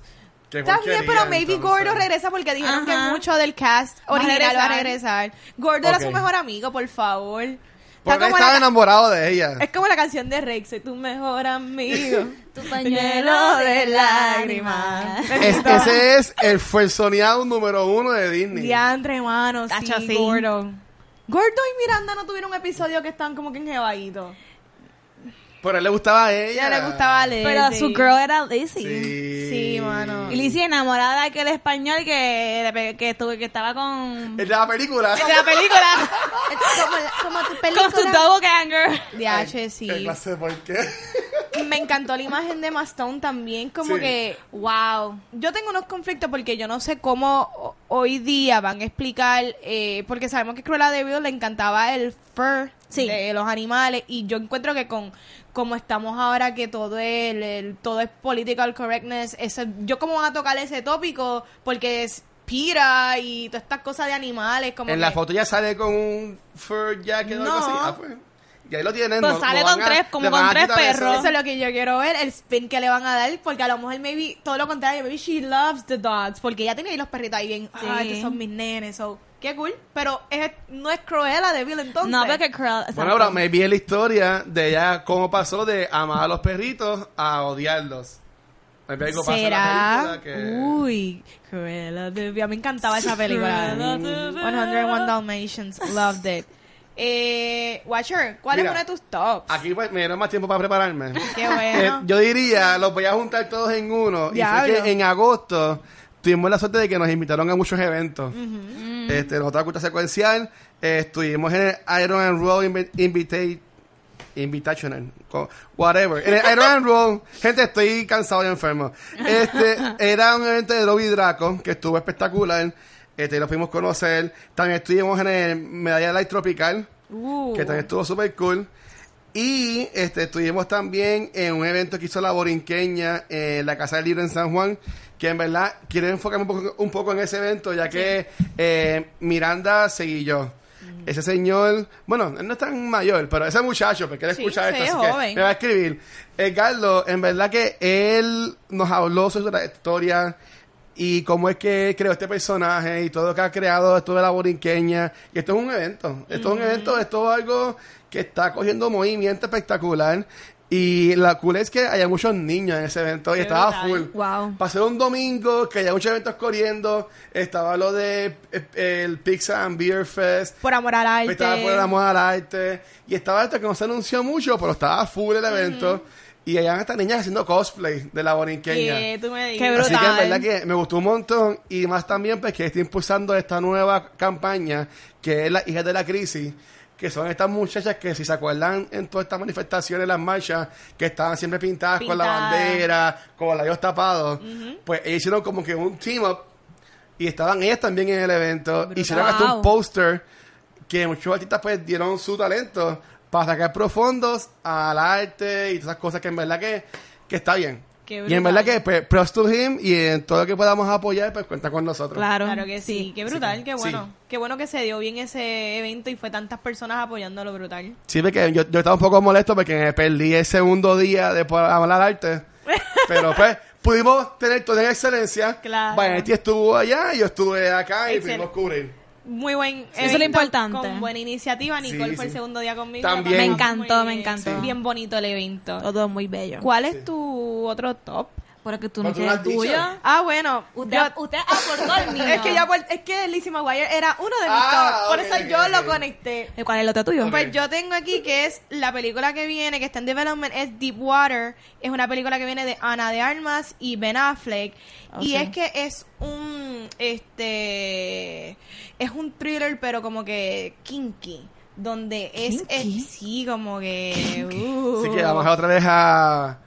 Speaker 3: Qué
Speaker 1: Está bien,
Speaker 3: porquería,
Speaker 1: pero maybe
Speaker 3: entonces.
Speaker 1: Gordo regresa porque dijeron
Speaker 2: Ajá.
Speaker 1: que mucho del cast
Speaker 2: Va a
Speaker 1: original va a
Speaker 2: regresar.
Speaker 1: regresar. Gordo era
Speaker 3: Ok.
Speaker 1: su mejor amigo, por favor. Está
Speaker 3: Porque él
Speaker 1: como
Speaker 3: estaba
Speaker 1: la,
Speaker 3: enamorado de ella.
Speaker 1: <laughs> es como la canción de Rex, soy tu mejor
Speaker 2: <laughs>
Speaker 1: amigo.
Speaker 2: Tu
Speaker 1: pañuelo de lágrimas.
Speaker 3: Es- ese es el fuerzoneado número uno de Disney.
Speaker 1: Diantre, hermano, sí,
Speaker 2: Tacho, sí.
Speaker 1: Gordo. Gordo y Miranda no tuvieron un episodio que están como que enjevaditos.
Speaker 3: Pero a él le gustaba a
Speaker 1: Ya
Speaker 3: ella.
Speaker 1: le gustaba leer.
Speaker 2: Pero su girl era Lizzie.
Speaker 3: Sí.
Speaker 1: Sí, mano.
Speaker 2: Y Lizzie enamorada de aquel español que, que, estuve- que estaba con...
Speaker 3: El de la película.
Speaker 1: la
Speaker 2: <laughs>
Speaker 1: película. como, la- como tu película.
Speaker 2: Con su doppelganger.
Speaker 1: DH, sí.
Speaker 3: No sé por qué.
Speaker 1: Me encantó la imagen de Mastone también, como
Speaker 3: Sí.
Speaker 1: que
Speaker 2: Wow.
Speaker 1: yo tengo unos conflictos porque yo no sé cómo ho- hoy día van a explicar, eh, porque sabemos que Cruella de Vil le encantaba el fur
Speaker 2: Sí.
Speaker 1: de los animales y yo encuentro que con como estamos ahora que todo el, el- todo es political correctness, ese- yo cómo van a tocar ese tópico porque es pira y todas estas cosas de animales como
Speaker 3: En la
Speaker 1: que-
Speaker 3: foto ya sale con un fur jacket o algo
Speaker 1: No.
Speaker 3: así. Ah, pues. Y ahí lo tienen.
Speaker 2: Pues
Speaker 3: no-
Speaker 2: sale
Speaker 3: no van
Speaker 2: con
Speaker 3: a-
Speaker 2: tres, como
Speaker 3: le van
Speaker 2: con
Speaker 3: a
Speaker 2: tres
Speaker 3: quitar eso.
Speaker 2: perros.
Speaker 1: Eso es lo que yo quiero ver, el spin que le van a dar, porque a lo mejor maybe, todo lo contrario, maybe she loves the dogs, porque ella tiene ahí los perritos ahí bien,
Speaker 2: Sí.
Speaker 1: ah, estos son mis nenes, so, qué cool, pero es, no es Cruella de Bill entonces.
Speaker 2: No, pero que Cruella.
Speaker 3: Bueno, ahora me vi la historia de ella cómo pasó de amar a los perritos a odiarlos. Me vi algo pasa en la
Speaker 1: ¿Será?
Speaker 3: película que...
Speaker 2: Uh.
Speaker 1: Uy, Cruella de Vil- me encantaba esa
Speaker 2: Cruella <laughs>
Speaker 1: película.
Speaker 2: de Vil.
Speaker 1: 101 Dalmatians, loved it. Eh, Watcher, ¿cuál
Speaker 3: Mira,
Speaker 1: es uno de tus tops?
Speaker 3: Aquí pues, me dieron más tiempo para prepararme.
Speaker 1: Qué
Speaker 3: Eh,
Speaker 1: bueno.
Speaker 3: yo diría, los voy a juntar todos en uno. Y fue
Speaker 1: Diablo.
Speaker 3: que en agosto tuvimos la suerte de que nos invitaron a muchos eventos. este, nosotros a Cultura Secuencial eh, estuvimos en el Iron and Roll Invi- Invita- Invitational. co- Whatever. En el
Speaker 1: <laughs>
Speaker 3: Iron and Roll, gente, estoy cansado y enfermo. Este, era un evento de Robbie Draco que estuvo espectacular. Este, lo pudimos conocer. También estuvimos en el Medalla Light Tropical
Speaker 1: Uh.
Speaker 3: que también estuvo súper cool. Y este, estuvimos también en un evento que hizo la Borinqueña en la Casa del Libro en San Juan, que en verdad quiero enfocarme un poco, un poco en ese evento, ya que eh, Miranda seguí yo.
Speaker 1: Mm.
Speaker 3: Ese señor, bueno, él no es tan mayor, pero ese muchacho, porque él
Speaker 1: Sí,
Speaker 3: escucha
Speaker 1: sí,
Speaker 3: esto, así
Speaker 1: es
Speaker 3: que
Speaker 1: joven.
Speaker 3: me va a escribir. Edgardo, en verdad que él nos habló sobre su trayectoria y cómo es que creó este personaje y todo lo que ha creado, esto de la borinqueña. Y esto es un evento, esto es un evento, esto es algo que está cogiendo movimiento espectacular. Y la cool es que haya muchos niños en ese evento y
Speaker 2: Qué
Speaker 3: estaba
Speaker 2: brutal.
Speaker 3: full.
Speaker 1: Wow.
Speaker 3: Pasé un domingo, que haya muchos eventos corriendo, estaba lo de eh, el Pizza and Beer Fest,
Speaker 1: Por amor al arte.
Speaker 3: estaba por el amor al arte. Y estaba esto que no se anunció mucho, pero estaba full el evento. Y allá estas niñas haciendo cosplay de la borinqueña.
Speaker 1: Que tú me digas.
Speaker 2: Qué
Speaker 3: Así que en
Speaker 2: brutal.
Speaker 3: verdad que me gustó un montón. Y más también, pues que está impulsando esta nueva campaña, que es las hijas de la crisis. Que son estas muchachas que, si se acuerdan, en todas estas manifestaciones, las marchas, que estaban siempre pintadas, con la
Speaker 2: Pintadas.
Speaker 3: bandera, con los labios tapados, pues ellos hicieron como que un team up y estaban ellas también en el evento. Hicieron hasta
Speaker 2: Wow.
Speaker 3: un póster que muchos artistas pues dieron su talento para sacar profundos al arte y todas esas cosas que en verdad que, que está bien.
Speaker 1: Qué
Speaker 3: y en
Speaker 1: brutal.
Speaker 3: verdad que pues, props to him y en todo lo que podamos apoyar pues cuenta con nosotros.
Speaker 2: Claro.
Speaker 1: Claro que sí. Qué brutal, qué
Speaker 3: sí.
Speaker 1: bueno. Qué bueno que se dio bien ese evento y fue tantas personas apoyándolo brutal.
Speaker 3: Sí, porque yo, yo estaba un poco molesto porque me perdí el segundo día de por hablar arte.
Speaker 1: <laughs>
Speaker 3: Pero pues pudimos tener toda en excelencia.
Speaker 1: Claro.
Speaker 3: Vanetti estuvo allá, yo estuve acá y
Speaker 1: Excelente.
Speaker 3: pudimos cubrir.
Speaker 1: Muy buen evento.
Speaker 2: Eso es lo importante.
Speaker 1: Con buena iniciativa. Nicole
Speaker 3: Sí,
Speaker 1: fue el
Speaker 3: sí.
Speaker 1: segundo día conmigo.
Speaker 3: También.
Speaker 1: La
Speaker 3: Me
Speaker 1: pasamos
Speaker 2: encantó,
Speaker 1: muy
Speaker 2: me
Speaker 1: bien.
Speaker 2: encantó.
Speaker 1: Bien bonito el evento.
Speaker 2: Todo muy bello.
Speaker 1: ¿Cuál es tu otro top?
Speaker 2: Porque tú
Speaker 3: no
Speaker 2: no
Speaker 3: Pero tú no tienes
Speaker 2: tienes
Speaker 3: has dicho.
Speaker 2: tuyo.
Speaker 3: tuyo.
Speaker 1: Ah, bueno.
Speaker 2: Usted,
Speaker 1: yo-
Speaker 2: usted aportó <laughs> el mío.
Speaker 1: es que yo aport- es que Lizzie McGuire era uno de mis
Speaker 3: Ah,
Speaker 1: tops. Por
Speaker 3: ok,
Speaker 1: eso
Speaker 3: ok,
Speaker 1: yo
Speaker 3: ok.
Speaker 1: lo conecté.
Speaker 2: ¿Y ¿Cuál es el otro tuyo?
Speaker 3: Ok.
Speaker 1: Pues yo tengo aquí que es la película que viene, que está en development, es Deep Water. Es una película que viene de Ana de Armas y Ben Affleck.
Speaker 2: Oh,
Speaker 1: y
Speaker 2: sí.
Speaker 1: es que es un, este, es un thriller, pero como que kinky. Donde es,
Speaker 2: ¿Kinky?
Speaker 1: es- sí, como que, uh,
Speaker 3: Así que vamos a otra vez a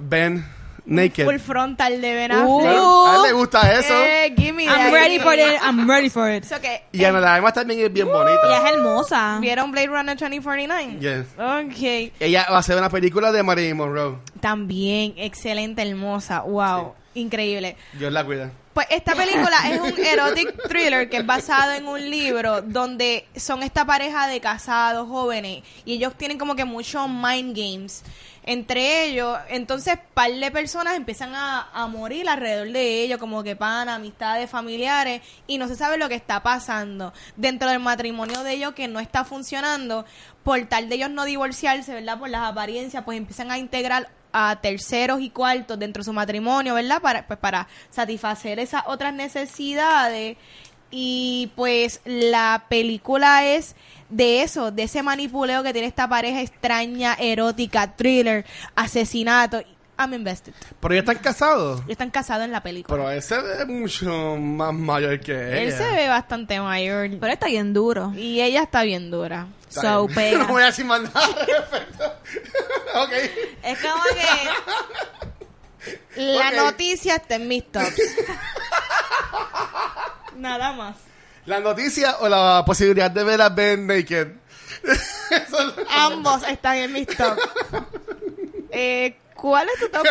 Speaker 3: Ben Naked.
Speaker 1: full frontal de Ben
Speaker 2: Uh,
Speaker 1: Affleck.
Speaker 3: Claro, a él le gusta eso.
Speaker 1: Eh, give me that.
Speaker 2: I'm ready for it. I'm ready for it.
Speaker 1: So que,
Speaker 3: y
Speaker 1: eh,
Speaker 3: Ana de Armas también es bien
Speaker 1: Uh.
Speaker 2: Ella
Speaker 3: bonita.
Speaker 2: es hermosa.
Speaker 1: ¿Vieron Blade Runner 2049?
Speaker 3: Yes.
Speaker 1: Ok.
Speaker 3: Ella va a hacer una película de Marilyn Monroe.
Speaker 1: También, excelente, hermosa. Wow, increíble.
Speaker 3: Dios la cuida.
Speaker 1: Pues esta película es un erotic thriller que es basado en un libro donde son esta pareja de casados jóvenes y ellos tienen como que muchos mind games entre ellos. Entonces, par de personas empiezan a, a morir alrededor de ellos, como que pan, amistades, familiares, y no se sabe lo que está pasando dentro del matrimonio de ellos que no está funcionando. Por tal de ellos no divorciarse, ¿verdad? Por las apariencias, pues empiezan a integrar a terceros y cuartos dentro de su matrimonio, ¿verdad? Para, pues, para satisfacer esas otras necesidades. Y pues la película es de eso, de ese manipuleo que tiene esta pareja extraña, erótica, thriller, asesinato. I'm invested.
Speaker 3: Pero ya están casados.
Speaker 1: Y Están casados en la película.
Speaker 3: Pero él se ve mucho más mayor que ella.
Speaker 1: Él se ve bastante mayor.
Speaker 2: Pero está bien duro.
Speaker 1: Y ella está bien dura.
Speaker 3: Está
Speaker 2: So,
Speaker 3: bien.
Speaker 2: pega.
Speaker 3: <laughs> no voy a decir más nada al respecto. <laughs> ok.
Speaker 2: Es como que. <laughs>
Speaker 1: La
Speaker 3: Ok.
Speaker 1: noticia está en mis tops.
Speaker 3: <laughs>
Speaker 1: Nada más.
Speaker 3: ¿La noticia o la posibilidad de ver a Ben Naked? <laughs> Eso es lo-
Speaker 1: Ambos están en mis
Speaker 3: <laughs>
Speaker 1: top. Eh, ¿Cuál es tu top?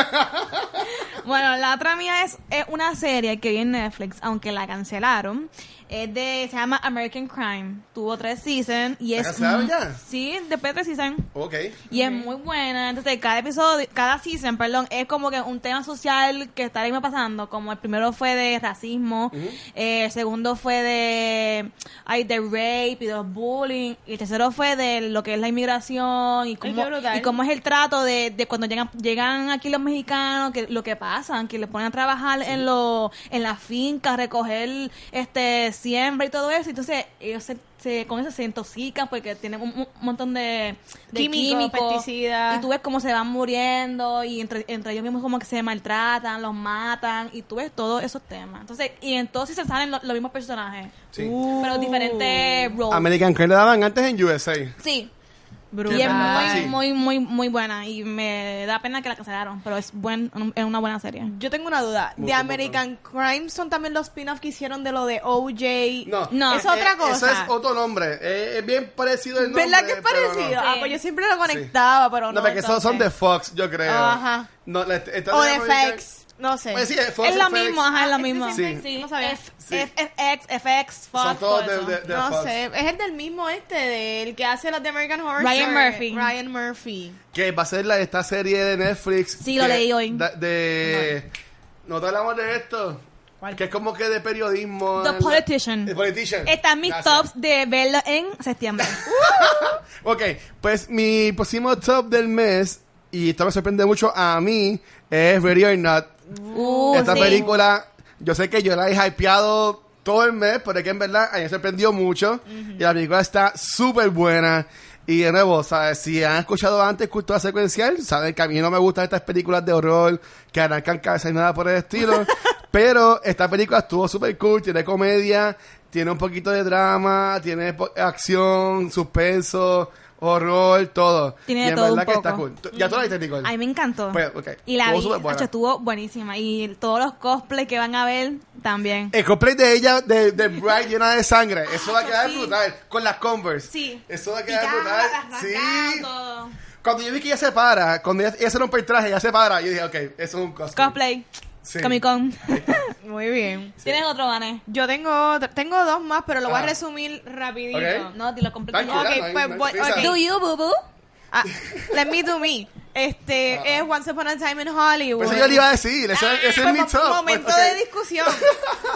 Speaker 2: Bueno, la otra mía es, es una serie que vi en Netflix, aunque la cancelaron. Es de, se llama American Crime. Tuvo tres seasons y es...
Speaker 3: ¿Está casada ya?
Speaker 2: Sí, después de tres seasons.
Speaker 3: Ok.
Speaker 2: Y es muy buena. Entonces, cada episodio, cada season, perdón, es como que un tema social que está ahí mismo pasando. Como el primero fue de racismo, eh, el segundo fue de, ay, de rape y de bullying. Y el tercero fue de lo que es la inmigración y cómo,
Speaker 1: qué brutal.
Speaker 2: y cómo es el trato de, de cuando llegan llegan aquí los mexicanos, que lo que pasan, que le ponen a trabajar en lo, en la finca, recoger este siembra y todo eso. Entonces, ellos se, se- con eso se intoxican porque tienen un, un montón de, de
Speaker 1: Químicos,
Speaker 2: químicos,
Speaker 1: pesticidas.
Speaker 2: Y tú ves cómo se van muriendo y entre, entre ellos mismos como que se maltratan, los matan y tú ves todos esos temas. Entonces, y entonces se salen lo- los mismos personajes,
Speaker 3: Sí.
Speaker 1: Uh.
Speaker 2: pero diferentes roles.
Speaker 3: American Crane la daban antes en USA.
Speaker 2: sí.
Speaker 1: Brutal.
Speaker 2: Y es
Speaker 1: pues,
Speaker 3: Sí.
Speaker 2: muy, muy, muy, muy buena. Y me da pena que la cancelaron, pero es, buen, es una buena serie.
Speaker 1: Yo tengo una duda.
Speaker 3: Mucho,
Speaker 1: ¿De American Crime son también los spin-offs que hicieron de lo de OJ?
Speaker 2: No,
Speaker 1: es otra cosa.
Speaker 3: Eh, Eso es otro nombre. Eh, es bien parecido el nombre.
Speaker 1: ¿Verdad que es
Speaker 3: pero no.
Speaker 1: parecido? Ah,
Speaker 2: Sí.
Speaker 1: pues yo siempre lo conectaba, pero
Speaker 3: No,
Speaker 1: no.
Speaker 3: porque esos son de
Speaker 1: entonces.
Speaker 3: Fox, yo creo.
Speaker 1: Ajá.
Speaker 3: No, la- esta-
Speaker 1: O de
Speaker 3: American-
Speaker 1: FX. No sé.
Speaker 3: Pues sí, es Fox
Speaker 2: Es lo
Speaker 3: FX.
Speaker 2: mismo, ajá, es
Speaker 1: Ah,
Speaker 2: lo
Speaker 1: ¿es
Speaker 2: mismo.
Speaker 1: de
Speaker 3: Sí.
Speaker 1: No sabía.
Speaker 2: F-
Speaker 3: Sí.
Speaker 2: FX, FX, Fox.
Speaker 3: Son todos
Speaker 2: todo
Speaker 3: de,
Speaker 2: eso.
Speaker 3: de- de
Speaker 1: no
Speaker 3: Fox.
Speaker 1: sé. Es el del mismo este, del que hace los de American Horror
Speaker 2: Ryan
Speaker 1: Story.
Speaker 2: Murphy.
Speaker 1: Ryan Murphy.
Speaker 3: Que va a ser la, esta serie de Netflix.
Speaker 2: Sí, lo
Speaker 3: que-
Speaker 2: leí hoy.
Speaker 3: da- de, no. te hablamos de esto.
Speaker 1: ¿Cuál?
Speaker 3: Que es como que de periodismo.
Speaker 2: The
Speaker 3: en la-
Speaker 2: Politician.
Speaker 3: The Politician.
Speaker 2: Están mis
Speaker 3: Gracias.
Speaker 2: tops de verlo en
Speaker 1: <laughs>
Speaker 2: septiembre.
Speaker 3: Ok, pues mi próximo top del mes, y esto me sorprende mucho a mí, es Ready or Not.
Speaker 2: Uh,
Speaker 3: Esta
Speaker 2: sí.
Speaker 3: película, yo sé que yo la he hypeado todo el mes, pero es que en verdad a mí me sorprendió mucho. Y la película está súper buena. Y de nuevo, ¿sabes? si han escuchado antes Cultura Secuencial, saben que a mí no me gustan estas películas de horror que arrancan cabeza y nada por
Speaker 2: <laughs>
Speaker 3: el estilo. pero esta película estuvo súper cool, tiene comedia, tiene un poquito de drama, tiene po- acción, suspenso, horror, todo.
Speaker 2: Tiene
Speaker 3: y
Speaker 2: de
Speaker 3: en
Speaker 2: todo un
Speaker 3: verdad que está
Speaker 2: poco.
Speaker 3: cool. ¿Tú- ¿Ya tú la viste, Nicole?
Speaker 2: Ay, me encantó.
Speaker 3: Pues, ok.
Speaker 2: Y la
Speaker 3: Estuvo
Speaker 2: vi,
Speaker 3: superbuena.
Speaker 2: hecho, estuvo buenísima. Y todos los cosplays que van a ver también. <laughs>
Speaker 3: El cosplay de ella, de, de Bright llena de sangre. Eso va a quedar
Speaker 2: sí.
Speaker 3: brutal. Con las Converse.
Speaker 2: Sí.
Speaker 3: Eso va a quedar brutal.
Speaker 2: Picadas,
Speaker 3: Sí.
Speaker 2: rasgando.
Speaker 3: Cuando yo vi que ella se para, cuando ella, ella se rompe el traje, ella se para, yo dije, ok, eso es un cosplay.
Speaker 2: Cosplay.
Speaker 3: Sí.
Speaker 2: Comic Con.
Speaker 1: Muy bien.
Speaker 2: ¿Tienes otro, Vané?
Speaker 1: Yo tengo otro- tengo dos más, pero lo voy a
Speaker 3: Ajá.
Speaker 1: resumir rapidito.
Speaker 3: Ah. Ok.
Speaker 2: No, dilo completo.
Speaker 3: Tranquila,
Speaker 1: Ok,
Speaker 3: no hay-
Speaker 1: pues
Speaker 3: no hay
Speaker 1: voy-
Speaker 3: prisa.
Speaker 1: ok.
Speaker 2: Do you, boo boo?
Speaker 1: Ah, let me do me. Este
Speaker 3: Ajá.
Speaker 1: es Once Upon a Time in Hollywood.
Speaker 3: Pues eso yo Ah. le iba a decir, eso,
Speaker 1: Ah,
Speaker 3: ese
Speaker 1: pues,
Speaker 3: es mi
Speaker 1: pues,
Speaker 3: top.
Speaker 1: Momento
Speaker 3: Pues, ok.
Speaker 1: de discusión.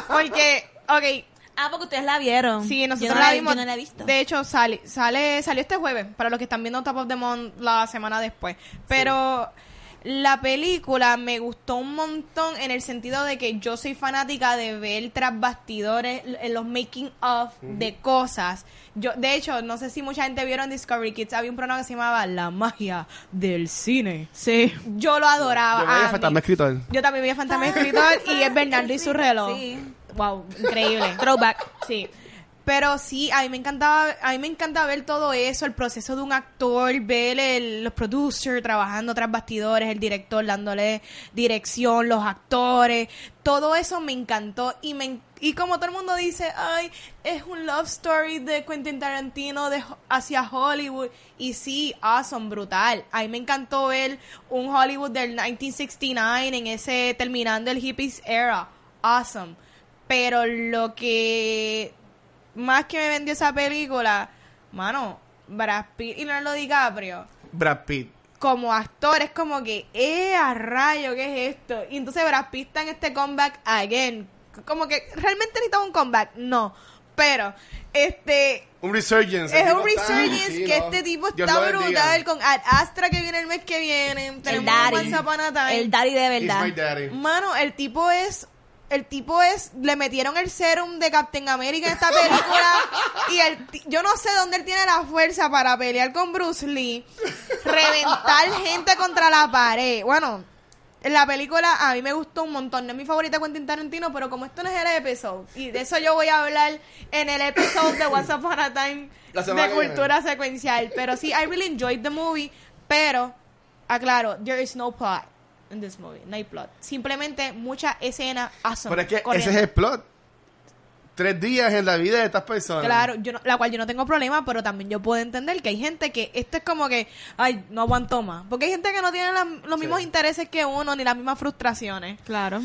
Speaker 1: Porque, ok,
Speaker 2: Ah, porque ustedes la vieron.
Speaker 1: Sí, nosotros
Speaker 2: Yo no
Speaker 1: la
Speaker 2: vi-
Speaker 1: vimos.
Speaker 2: Yo no la he visto.
Speaker 1: De hecho, sale, sale, salió este jueves, para los que están viendo Top of the Month la semana después. Pero la película me gustó un montón en el sentido de que yo soy fanática de ver tras bastidores, l- eh, los making of de cosas. Yo, de hecho, no sé si mucha gente vieron Discovery Kids, había un programa que se llamaba La magia del cine.
Speaker 2: sí.
Speaker 1: Yo lo adoraba.
Speaker 3: Yo voy a
Speaker 1: a
Speaker 3: faltarme
Speaker 1: mí-
Speaker 3: escritor.
Speaker 1: yo también vi a Fantasma Escritor y
Speaker 2: <laughs>
Speaker 1: es Bernardo y su reloj.
Speaker 2: Sí.
Speaker 1: Wow, increíble. Throwback. Sí. Pero sí, a mí me encantaba, a mí me encanta ver todo eso, el proceso de un actor, ver el, los producers trabajando tras bastidores, el director dándole dirección, los actores, todo eso me encantó y me y como todo el mundo dice, ay, es un love story de Quentin Tarantino de, hacia Hollywood y sí, awesome, brutal. A mí me encantó ver un Hollywood del 1969 en ese terminando el hippies era, awesome. Pero lo que más que me vendió esa película, mano, Brad Pitt y Leonardo DiCaprio,
Speaker 3: Brad Pitt.
Speaker 1: como actores, como que, ¡eh, a rayo, qué es esto! Y entonces Brad Pitt está en este comeback again. Como que, ¿realmente necesitaba un comeback? No. Pero, este,
Speaker 3: Un resurgence.
Speaker 1: es
Speaker 3: El
Speaker 1: un
Speaker 3: tipo está-
Speaker 1: resurgence
Speaker 3: sí,
Speaker 1: que
Speaker 3: no.
Speaker 1: este tipo
Speaker 3: Dios
Speaker 1: está
Speaker 3: lo bendiga.
Speaker 1: brutal con Ad Astra que viene el mes que viene.
Speaker 2: El
Speaker 1: Tenemos
Speaker 2: daddy.
Speaker 1: Once Upon a Time.
Speaker 2: El daddy de
Speaker 3: He's my
Speaker 2: verdad.
Speaker 3: daddy.
Speaker 1: Mano, el tipo es. El tipo es. Le metieron el serum de Captain America en esta película. y el, ti- yo no sé dónde él tiene la fuerza para pelear con Bruce Lee. Reventar gente contra la pared. Bueno, la película a mí me gustó un montón. No es mi favorita Quentin Tarantino, pero como esto no es el episodio. Y de eso yo voy a hablar en el episodio de What's Up on a Time.
Speaker 3: La semana
Speaker 1: De
Speaker 3: que viene.
Speaker 1: cultura secuencial. Pero sí, I really enjoyed the movie. Pero, aclaro, there is no plot in this movie. No hay plot. Simplemente mucha escena awesome.
Speaker 3: Pero es que
Speaker 1: corriendo.
Speaker 3: ese es el plot. Tres días en la vida de estas personas.
Speaker 1: Claro, yo no- la cual yo no tengo problema, pero también yo puedo entender que hay gente que esto es como que, ay, no aguanto más. Porque hay gente que no tiene la- los mismos
Speaker 3: Sí.
Speaker 1: intereses que uno, ni las mismas frustraciones.
Speaker 2: Claro.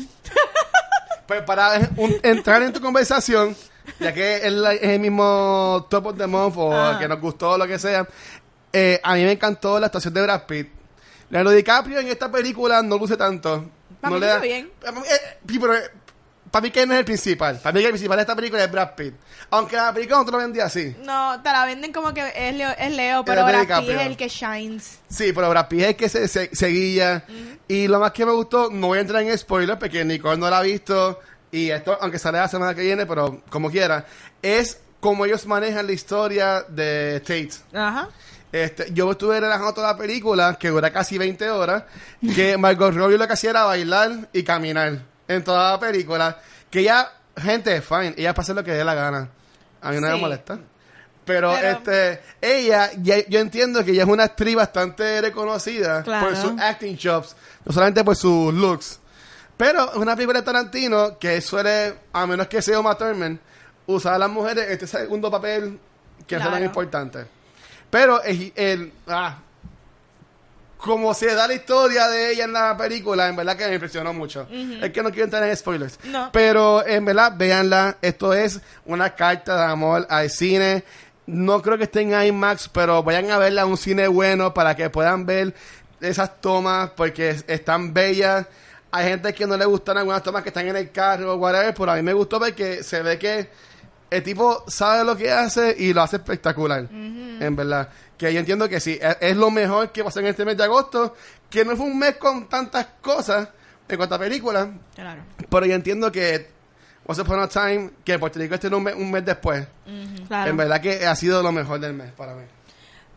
Speaker 3: Pues para un- entrar en tu conversación, ya que es, la- es el mismo Top of the Month o
Speaker 1: Ah.
Speaker 3: que nos gustó lo que sea. eh, a mí me encantó la actuación de Brad Pitt. Leonardo DiCaprio en esta película no luce tanto.
Speaker 1: Pa'
Speaker 3: no
Speaker 1: mí luce bien.
Speaker 3: Pa' mí, eh, sí, pero, eh, pa' mí que no es el principal. Para mí que el principal de esta película es Brad Pitt. Aunque la película no te lo vendía así.
Speaker 1: No, te la venden como que es Leo, es Leo pero
Speaker 3: de
Speaker 1: Brad Pitt
Speaker 3: DiCaprio.
Speaker 1: es el que shines.
Speaker 3: Sí, pero Brad Pitt es el que se, se- se guía. Y lo más que me gustó, no voy a entrar en spoilers porque Nicole no la ha visto. Y esto, aunque sale la semana que viene, pero como quiera, es como ellos manejan la historia de Tate.
Speaker 1: Ajá.
Speaker 3: Este, yo estuve relajando toda la película, que dura casi 20 horas, que Margot Robbie lo que hacía era bailar y caminar en toda la película. Que ella, gente, fine, ella pasa lo que dé la gana. A mí no me
Speaker 1: Sí.
Speaker 3: molesta. Pero,
Speaker 1: Pero-
Speaker 3: este, ella, ya- yo entiendo que ella es una actriz bastante reconocida por
Speaker 2: Claro.
Speaker 3: sus acting jobs, no solamente por sus looks. Pero es una película de Tarantino que suele, a menos que sea Uma Thurman, usar a las mujeres en este segundo papel que no es tan
Speaker 1: Claro.
Speaker 3: importante. Pero el, el- ah, como se da la historia de ella en la película, en verdad que me impresionó mucho. Es que no quiero entrar en spoilers.
Speaker 1: No.
Speaker 3: Pero en verdad, véanla. Esto es una carta de amor al cine. No creo que esté en IMAX, pero vayan a verla a un cine bueno para que puedan ver esas tomas porque es- están bellas. Hay gente que no le gustan algunas tomas que están en el carro o whatever, pero a mí me gustó porque se ve que el tipo sabe lo que hace y lo hace espectacular. En verdad. Que yo entiendo que sí, es, es lo mejor que pasó en este mes de agosto, que no fue un mes con tantas cosas en cuanto a películas,
Speaker 1: Claro.
Speaker 3: pero yo entiendo que Once Upon a Time, que Puerto Rico esté un mes, un mes después,
Speaker 2: Claro.
Speaker 3: en verdad que ha sido lo mejor del mes para mí.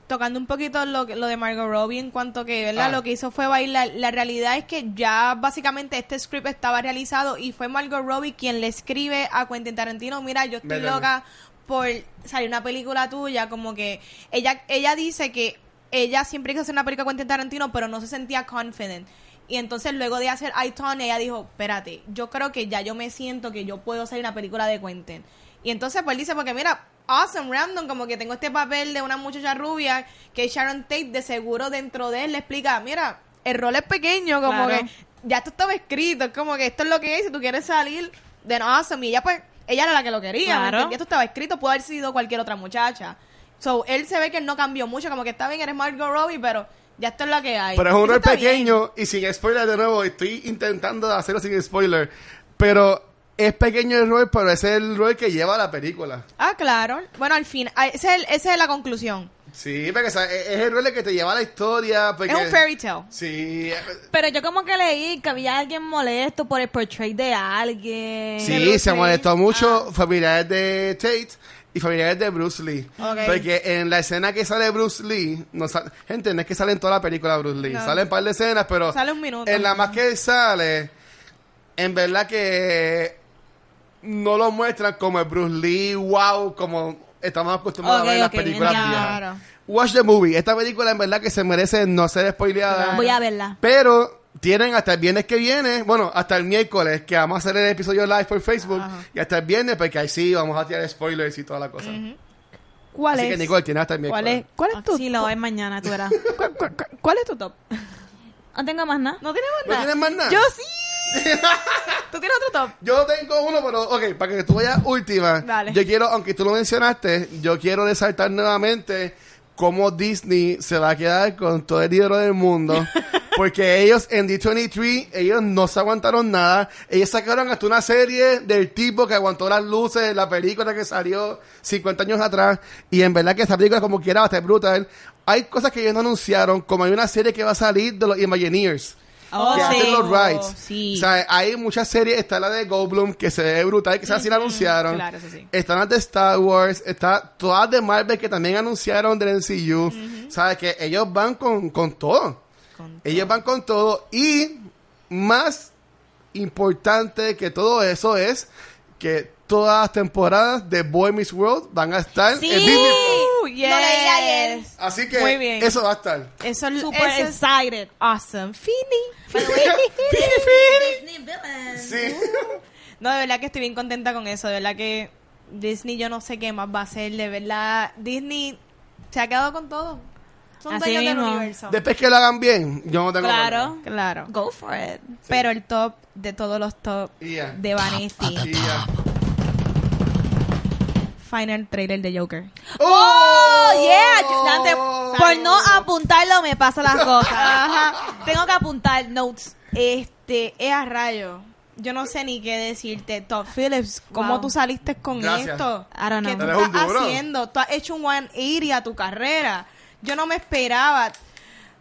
Speaker 1: Tocando un poquito lo, que- lo de Margot Robbie en cuanto que, ¿verdad?
Speaker 3: Ah.
Speaker 1: Lo que hizo fue bailar. La realidad es que ya básicamente este script estaba realizado y fue Margot Robbie quien le escribe a Quentin Tarantino, mira, yo estoy
Speaker 3: Vete a mí.
Speaker 1: loca por salir una película tuya, como que ella ella dice que ella siempre quiso hacer una película con Quentin Tarantino, pero no se sentía confident. Y entonces luego de hacer I, Tony, ella dijo, espérate, yo creo que ya yo me siento que yo puedo hacer una película de Quentin. Y entonces pues dice, porque mira, awesome, random, como que tengo este papel de una muchacha rubia que es Sharon Tate de seguro dentro de él le explica, mira, el rol es pequeño, como
Speaker 2: Claro.
Speaker 1: que ya esto estaba escrito, es como que esto es lo que es, si tú quieres salir, de awesome. Y ella pues, ella era la que lo quería. ¿me
Speaker 2: Claro.
Speaker 1: entendí? Esto estaba escrito, puede haber sido cualquier otra muchacha. So, él se ve que él no cambió mucho, como que está bien, eres Margot Robbie, pero ya esto es lo que hay.
Speaker 3: Pero es un
Speaker 1: Eso
Speaker 3: rol
Speaker 1: está bien.
Speaker 3: pequeño y sin spoiler de nuevo. Estoy intentando hacerlo sin spoiler. Pero es pequeño el rol, pero es el rol que lleva la película.
Speaker 1: Ah, claro. Bueno, al fin, ah, esa es, el- esa es la conclusión.
Speaker 3: Sí, porque o sea, es es el rol que te lleva la historia. Porque,
Speaker 1: Es un fairy tale.
Speaker 3: Sí, eh,
Speaker 2: Pero yo como que leí que había alguien molesto por el portrait de alguien.
Speaker 3: sí,
Speaker 1: de Bruce
Speaker 3: se
Speaker 1: Lee.
Speaker 3: molestó
Speaker 1: Ah.
Speaker 3: mucho familiares de Tate y familiares de Bruce Lee.
Speaker 1: Ok.
Speaker 3: Porque en la escena que sale Bruce Lee, no sal- gente, no es que sale en toda la película Bruce Lee,
Speaker 1: No.
Speaker 3: salen un par de escenas, pero
Speaker 1: Sale un minuto.
Speaker 3: en la más que él sale, en verdad que no lo muestran como el Bruce Lee, wow, como estamos acostumbrados
Speaker 2: Ok,
Speaker 3: a ver en las
Speaker 2: ok,
Speaker 3: películas
Speaker 2: entiendo.
Speaker 3: viejas. Watch the movie. Esta película en verdad que se merece no ser spoileada.
Speaker 2: Voy a verla.
Speaker 3: Pero tienen hasta el viernes que viene, bueno, hasta el miércoles, que vamos a hacer el episodio live por Facebook. Y hasta el viernes, porque ahí sí vamos a tirar spoilers y toda la cosa.
Speaker 1: ¿Cuál
Speaker 3: Así
Speaker 1: es?
Speaker 3: que Nicole tiene hasta el
Speaker 1: ¿Cuál
Speaker 3: miércoles.
Speaker 1: es? ¿Cuál es tu
Speaker 2: Ah, Sí, lo voy mañana, tú <laughs> verás.
Speaker 1: cu- cu- cu- ¿Cuál es tu top?
Speaker 2: No tengo más nada.
Speaker 1: No tienes
Speaker 3: ¿No
Speaker 1: nada.
Speaker 3: tienes más nada?
Speaker 1: Yo sí. ¿Tú tienes otro top?
Speaker 3: Yo tengo uno, pero ok, para que tú vayas última.
Speaker 1: Dale.
Speaker 3: Yo quiero, aunque tú lo mencionaste, yo quiero resaltar nuevamente cómo Disney se va a quedar con todo el dinero del mundo. Porque ellos en D23, ellos no se aguantaron nada. Ellos sacaron hasta una serie del tipo que aguantó las luces, la película que salió 50 años atrás. Y en verdad que esa película, como quiera, va a estar brutal. Hay cosas que ellos no anunciaron, como hay una serie que va a salir de los Imagineers
Speaker 2: Oh,
Speaker 3: que
Speaker 2: sí.
Speaker 3: hacen los rides.
Speaker 1: Sí.
Speaker 3: O sea, hay muchas series. Está la de Goldblum, que se ve brutal, que se así la anunciaron.
Speaker 1: claro, eso sí.
Speaker 3: Están las de Star Wars. Está todas de Marvel, que también anunciaron del MCU. ¿Sabes? Que ellos van con, con todo.
Speaker 1: Con
Speaker 3: ellos van con todo. Y más importante que todo eso es que todas las temporadas de Boy Meets World van a estar
Speaker 2: Sí.
Speaker 3: en Disney. Plus.
Speaker 1: Uh, yes.
Speaker 2: Lo leí ayer.
Speaker 3: Así que
Speaker 1: Muy bien.
Speaker 3: eso va a estar.
Speaker 1: Eso, es-
Speaker 2: Super
Speaker 1: eso es
Speaker 2: excited.
Speaker 1: awesome. Fini.
Speaker 3: Sí.
Speaker 1: No, de verdad que estoy bien contenta con eso. De verdad que Disney yo no sé qué más va a hacer. De verdad, Disney se ha quedado con todo. Son
Speaker 2: Así
Speaker 1: dueños del
Speaker 2: mismo.
Speaker 1: universo.
Speaker 3: Después que lo hagan bien, yo no tengo problema.
Speaker 2: Claro.
Speaker 1: claro.
Speaker 2: Go for it.
Speaker 1: Pero el top de todos los top
Speaker 3: Y ya.
Speaker 1: de Vanesti.
Speaker 3: Y ya.
Speaker 1: final trailer de Joker.
Speaker 2: ¡Oh, yeah! Yo- Dante,
Speaker 3: Oh.
Speaker 2: por no apuntarlo me pasa las cosas. Ajá. Tengo que apuntar notes.
Speaker 1: Este, es a rayo. Yo no sé ni qué decirte. Todd Phillips, ¿cómo
Speaker 2: Wow.
Speaker 1: tú saliste con
Speaker 3: Gracias.
Speaker 1: esto?
Speaker 2: I don't know.
Speaker 1: ¿Qué tú
Speaker 3: Eres un
Speaker 1: estás
Speaker 3: duro.
Speaker 1: haciendo? Tú has hecho un 180 a tu carrera. Yo no me esperaba.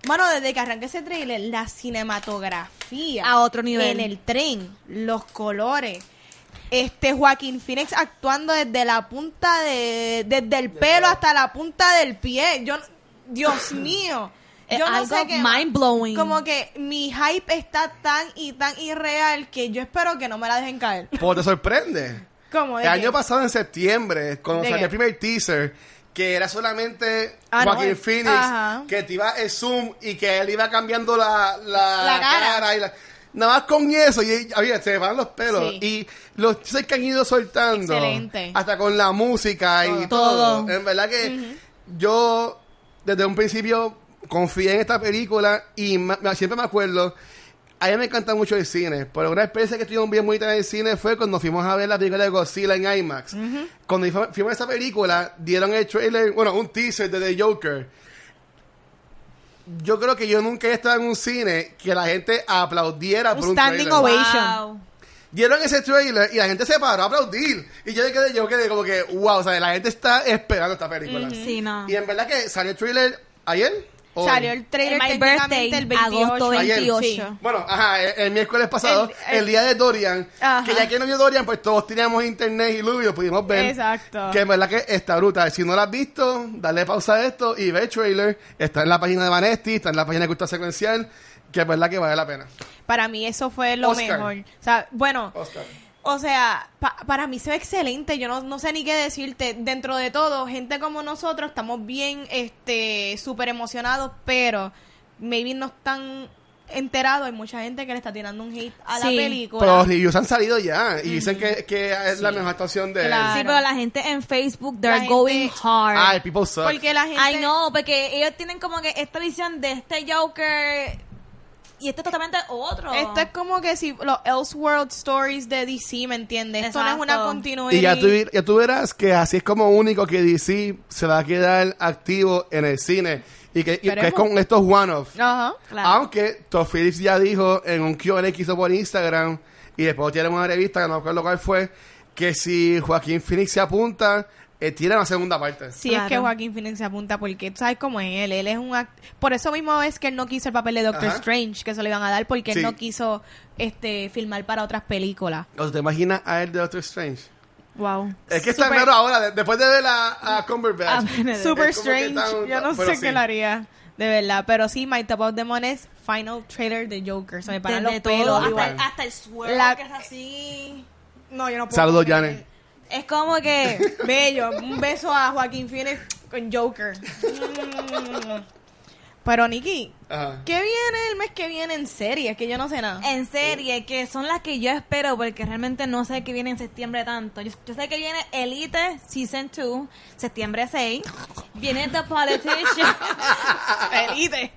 Speaker 1: Mano, desde que arranqué ese trailer, la cinematografía.
Speaker 2: A otro nivel.
Speaker 1: En el tren, los colores. Este Joaquín Phoenix actuando desde la punta de. Desde el pelo hasta la punta del pie. Yo, Dios mío.
Speaker 2: Es
Speaker 1: Yo no
Speaker 2: algo
Speaker 1: sé qué-
Speaker 2: mind blowing.
Speaker 1: Como que mi hype está tan y tan irreal que yo espero que no me la dejen caer.
Speaker 3: Pues te sorprende.
Speaker 1: Como
Speaker 3: El año pasado, en septiembre, cuando
Speaker 1: ¿De
Speaker 3: salió
Speaker 1: qué?
Speaker 3: el primer teaser, que era solamente
Speaker 1: Ah, no,
Speaker 3: Joaquin
Speaker 1: eh.
Speaker 3: Phoenix,
Speaker 1: Ajá.
Speaker 3: que te iba el zoom y que él iba cambiando la, la,
Speaker 1: La cara.
Speaker 3: y la- Nada más con eso, y, y, oye, se van los pelos.
Speaker 1: Sí.
Speaker 3: Y los teasers que han ido soltando.
Speaker 1: Excelente.
Speaker 3: Hasta con la música y todo.
Speaker 2: Todo.
Speaker 3: En verdad que yo, desde un principio, confié en esta película y ma- ma- siempre me acuerdo a mí me encanta mucho el cine, pero una experiencia que estuvimos bien bonita en el cine fue cuando fuimos a ver la película de Godzilla en IMAX. Cuando fu- fuimos a esa película, dieron el trailer, bueno, un teaser de The Joker. Yo creo que yo nunca he estado en un cine que la gente aplaudiera
Speaker 1: Un
Speaker 3: por un
Speaker 1: standing
Speaker 3: trailer.
Speaker 1: ovation.
Speaker 2: Wow. Sí, no.
Speaker 3: Y en verdad que salió el trailer ayer. Hoy.
Speaker 1: Salió el trailer
Speaker 2: My
Speaker 1: técnicamente
Speaker 2: birthday,
Speaker 1: el 28.
Speaker 2: agosto
Speaker 3: Ayer.
Speaker 2: 28.
Speaker 1: Sí.
Speaker 3: Bueno, ajá, el, el miércoles pasado, el,
Speaker 1: El- el-
Speaker 3: día de Dorian,
Speaker 1: Ajá.
Speaker 3: que ya que no vio Dorian, pues todos teníamos internet y luz y lo pudimos ver.
Speaker 1: Exacto.
Speaker 3: Que en verdad que está brutal. Si no lo has visto, dale pausa a esto y ve el trailer. Está en la página de Vanesti, está en la página de Cultura Secuencial, que es verdad que vale la pena.
Speaker 1: Para mí eso fue lo
Speaker 3: Oscar.
Speaker 1: mejor. O sea, bueno,
Speaker 3: Oscar.
Speaker 1: o sea, pa- para mí se ve excelente. Yo no, no sé ni qué decirte. Dentro de todo, gente como nosotros estamos bien, este, súper emocionados, pero maybe no están enterados. Hay mucha gente que le está tirando un hate a la
Speaker 2: Sí.
Speaker 1: película.
Speaker 3: Pero los reviews han salido ya y dicen que, que es la mejor actuación de él.
Speaker 1: Claro.
Speaker 2: Sí, pero la gente en Facebook, they're
Speaker 1: La gente-
Speaker 2: going hard.
Speaker 3: Ay, people suck.
Speaker 1: porque la gente...
Speaker 2: I know, porque ellos tienen como que esta visión de este Joker y este es totalmente otro.
Speaker 1: Esto es como que si los Elseworld Stories de DC, ¿me entiendes? Esto no es una
Speaker 2: Exacto.
Speaker 1: continuidad.
Speaker 3: Y ya tú, vi- ya tú verás que así es como único que DC se va a quedar activo en el cine. Y que, y que es
Speaker 1: Esperemos.
Speaker 3: con estos one-off.
Speaker 1: Ajá.
Speaker 2: Claro.
Speaker 3: Ah, Aunque Todd Phillips ya dijo en un Q&A que hizo por Instagram, y después tiene una revista, que no me acuerdo cuál fue, que si Joaquín Phoenix se apunta, eh, tiene una segunda parte.
Speaker 1: Sí,
Speaker 2: Claro.
Speaker 1: es que Joaquín Phoenix se apunta porque tú sabes cómo es él. Él es un act- Por eso mismo es que él no quiso el papel de Doctor
Speaker 3: Ajá.
Speaker 1: Strange, que se lo iban a dar porque
Speaker 3: Sí.
Speaker 1: él no quiso este filmar para otras películas.
Speaker 3: ¿O te imaginas a él de Doctor Strange?
Speaker 2: Wow.
Speaker 3: Es que está
Speaker 1: Súper-
Speaker 3: raro ahora, de- después de ver a, a
Speaker 2: A <laughs>
Speaker 3: Cumberbatch.
Speaker 2: Benedict.
Speaker 3: Es como
Speaker 1: <laughs> Super
Speaker 3: que
Speaker 1: Strange.
Speaker 3: tan-
Speaker 1: Yo no
Speaker 3: pero
Speaker 1: sé
Speaker 3: sí.
Speaker 1: qué le haría. De verdad, pero sí, My Top of the Month es Final Trailer de Joker. Se me paran
Speaker 2: Desde
Speaker 1: los
Speaker 2: todo,
Speaker 1: pelos.
Speaker 2: hasta,
Speaker 1: igual.
Speaker 2: el- hasta el suelo
Speaker 1: La-
Speaker 2: que es así.
Speaker 1: No, yo no puedo.
Speaker 3: Saludos,
Speaker 1: creer.
Speaker 3: Janet.
Speaker 2: Es como
Speaker 1: <laughs>
Speaker 2: que
Speaker 1: Bello, un beso a Joaquín Phoenix con Joker. Mm. Pero Nikki,
Speaker 3: Ajá.
Speaker 1: ¿qué viene el mes que viene en serie? Es que yo no sé nada.
Speaker 2: en serie, que son las que yo espero porque realmente no sé qué viene en septiembre tanto. Yo, yo sé que viene Elite Season 2, septiembre 6. Viene The Politician. ah,
Speaker 1: Elite.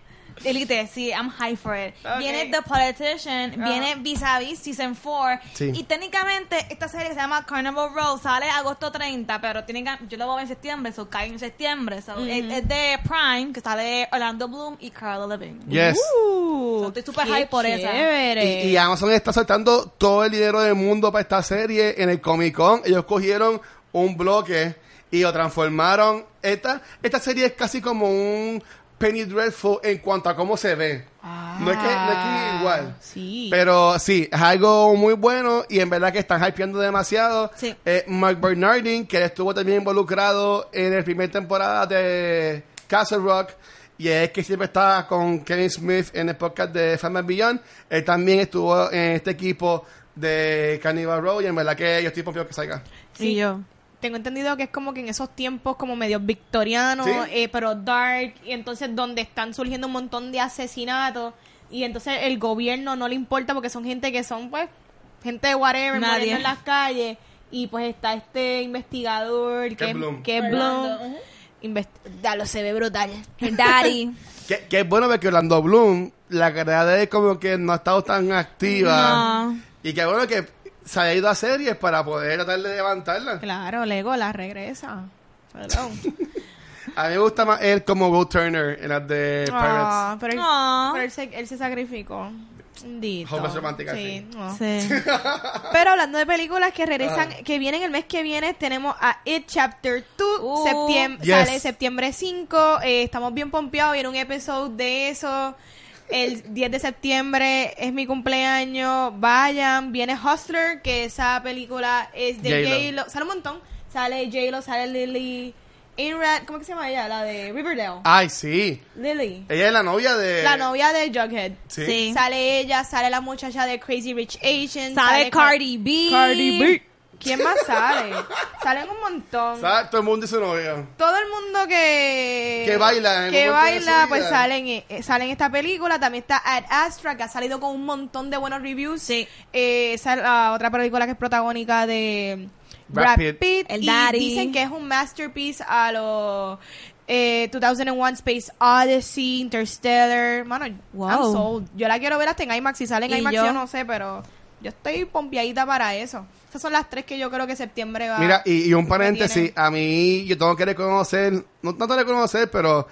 Speaker 2: Elite, sí, I'm high for it.
Speaker 1: Ok.
Speaker 2: Viene The Politician, viene Vis a Vis Season 4.
Speaker 3: Sí.
Speaker 2: Y técnicamente esta serie se llama Carnival Row, sale agosto 30, pero tienen, que- yo lo voy a ver en septiembre, so cae en septiembre. So, es, es de Prime, que sale Orlando Bloom y Carla Levine.
Speaker 3: Yes.
Speaker 1: Uh,
Speaker 2: Estoy super
Speaker 1: qué
Speaker 2: high por esa.
Speaker 1: chévere.
Speaker 3: Y, y Amazon está soltando todo el dinero del mundo para esta serie en el Comic Con. Ellos cogieron un bloque y lo transformaron. Esta, esta serie es casi como un Penny Dreadful en cuanto a cómo se ve. No es que, no es que es igual.
Speaker 1: Ah, Sí.
Speaker 3: Pero sí, es algo muy bueno y en verdad que están hypeando demasiado.
Speaker 2: Sí.
Speaker 3: Eh, Mark Bernardin, que él estuvo también involucrado en la primera temporada de Castle Rock, y es que siempre está con Kevin Smith en el podcast de Family Beyond, él también estuvo en este equipo de Carnival Row y en verdad que yo estoy confiado que salga.
Speaker 1: Sí.
Speaker 2: Y yo.
Speaker 1: Tengo entendido que es como que en esos tiempos como medio victorianos,
Speaker 3: Sí.
Speaker 1: eh, pero dark, y entonces donde están surgiendo un montón de asesinatos y entonces el gobierno no le importa porque son gente que son pues gente de whatever,
Speaker 2: Nadie.
Speaker 1: muriendo en las calles y pues está este investigador que,
Speaker 3: Bloom.
Speaker 1: que es
Speaker 2: Orlando,
Speaker 1: Bloom. Invest- da, lo se ve brutal.
Speaker 2: Daddy.
Speaker 3: Que, que es bueno ver que Orlando Bloom, la carrera de él como que no ha estado tan activa.
Speaker 2: No.
Speaker 3: Y que bueno que se haya ido a series para poder tratar de levantarla.
Speaker 1: Claro, Lego la regresa.
Speaker 3: <laughs>
Speaker 1: Perdón.
Speaker 3: A mí me gusta más él como Go Turner en las de Pirates.
Speaker 1: Ah, pero él,
Speaker 2: Ah.
Speaker 1: pero él se, él se sacrificó. Dito.
Speaker 3: Joven romántica, sí.
Speaker 1: no.
Speaker 2: Sí.
Speaker 1: Pero hablando de películas que regresan, que vienen el mes que viene, tenemos a It Chapter 2,
Speaker 2: Uh.
Speaker 1: septiembre,
Speaker 3: Yes.
Speaker 1: sale septiembre 5, eh, estamos bien pompeados, viene un episodio de eso, el 10 de septiembre es mi cumpleaños, vayan, viene Hustler, que esa película es de
Speaker 3: J-Lo.
Speaker 1: J-Lo, sale un montón, sale J-Lo, sale Lily Inrad, ¿cómo que se llama ella? La de Riverdale,
Speaker 3: Ay, sí.
Speaker 1: Lily,
Speaker 3: Ella es la novia de.
Speaker 1: la novia de Jughead.
Speaker 3: Sí.
Speaker 2: Sí.
Speaker 1: Sale ella, sale la muchacha de Crazy Rich Asian,
Speaker 2: Sale
Speaker 1: Car-
Speaker 2: Cardi B.
Speaker 1: Cardi B. ¿Quién más sale? Salen un montón.
Speaker 3: ¿Sabes? Todo el mundo es su novia.
Speaker 1: Todo el mundo que
Speaker 3: Que baila en
Speaker 1: que
Speaker 3: un momento de
Speaker 1: baila,
Speaker 3: su
Speaker 1: pues
Speaker 3: vida.
Speaker 1: salen eh, salen esta película. También está Ad Astra que ha salido con un montón de buenos reviews.
Speaker 2: Sí.
Speaker 1: Eh, esa es la otra película que es protagónica de Brad
Speaker 3: Brad Pitt.
Speaker 1: Pitt.
Speaker 2: El
Speaker 1: y
Speaker 2: Daddy.
Speaker 1: dicen que es un masterpiece a los eh, 2001 Space Odyssey, Interstellar. Mano, I'm
Speaker 2: Wow.
Speaker 1: sold. Yo la quiero ver hasta en IMAX. Si sale en
Speaker 2: Y
Speaker 1: IMAX,
Speaker 2: yo-
Speaker 1: yo? no sé, pero yo estoy pompeadita para eso. Esas son las tres que yo creo que septiembre va.
Speaker 3: Mira, y, y un
Speaker 1: tiene.
Speaker 3: paréntesis, a mí yo tengo que reconocer, no tanto reconocer, pero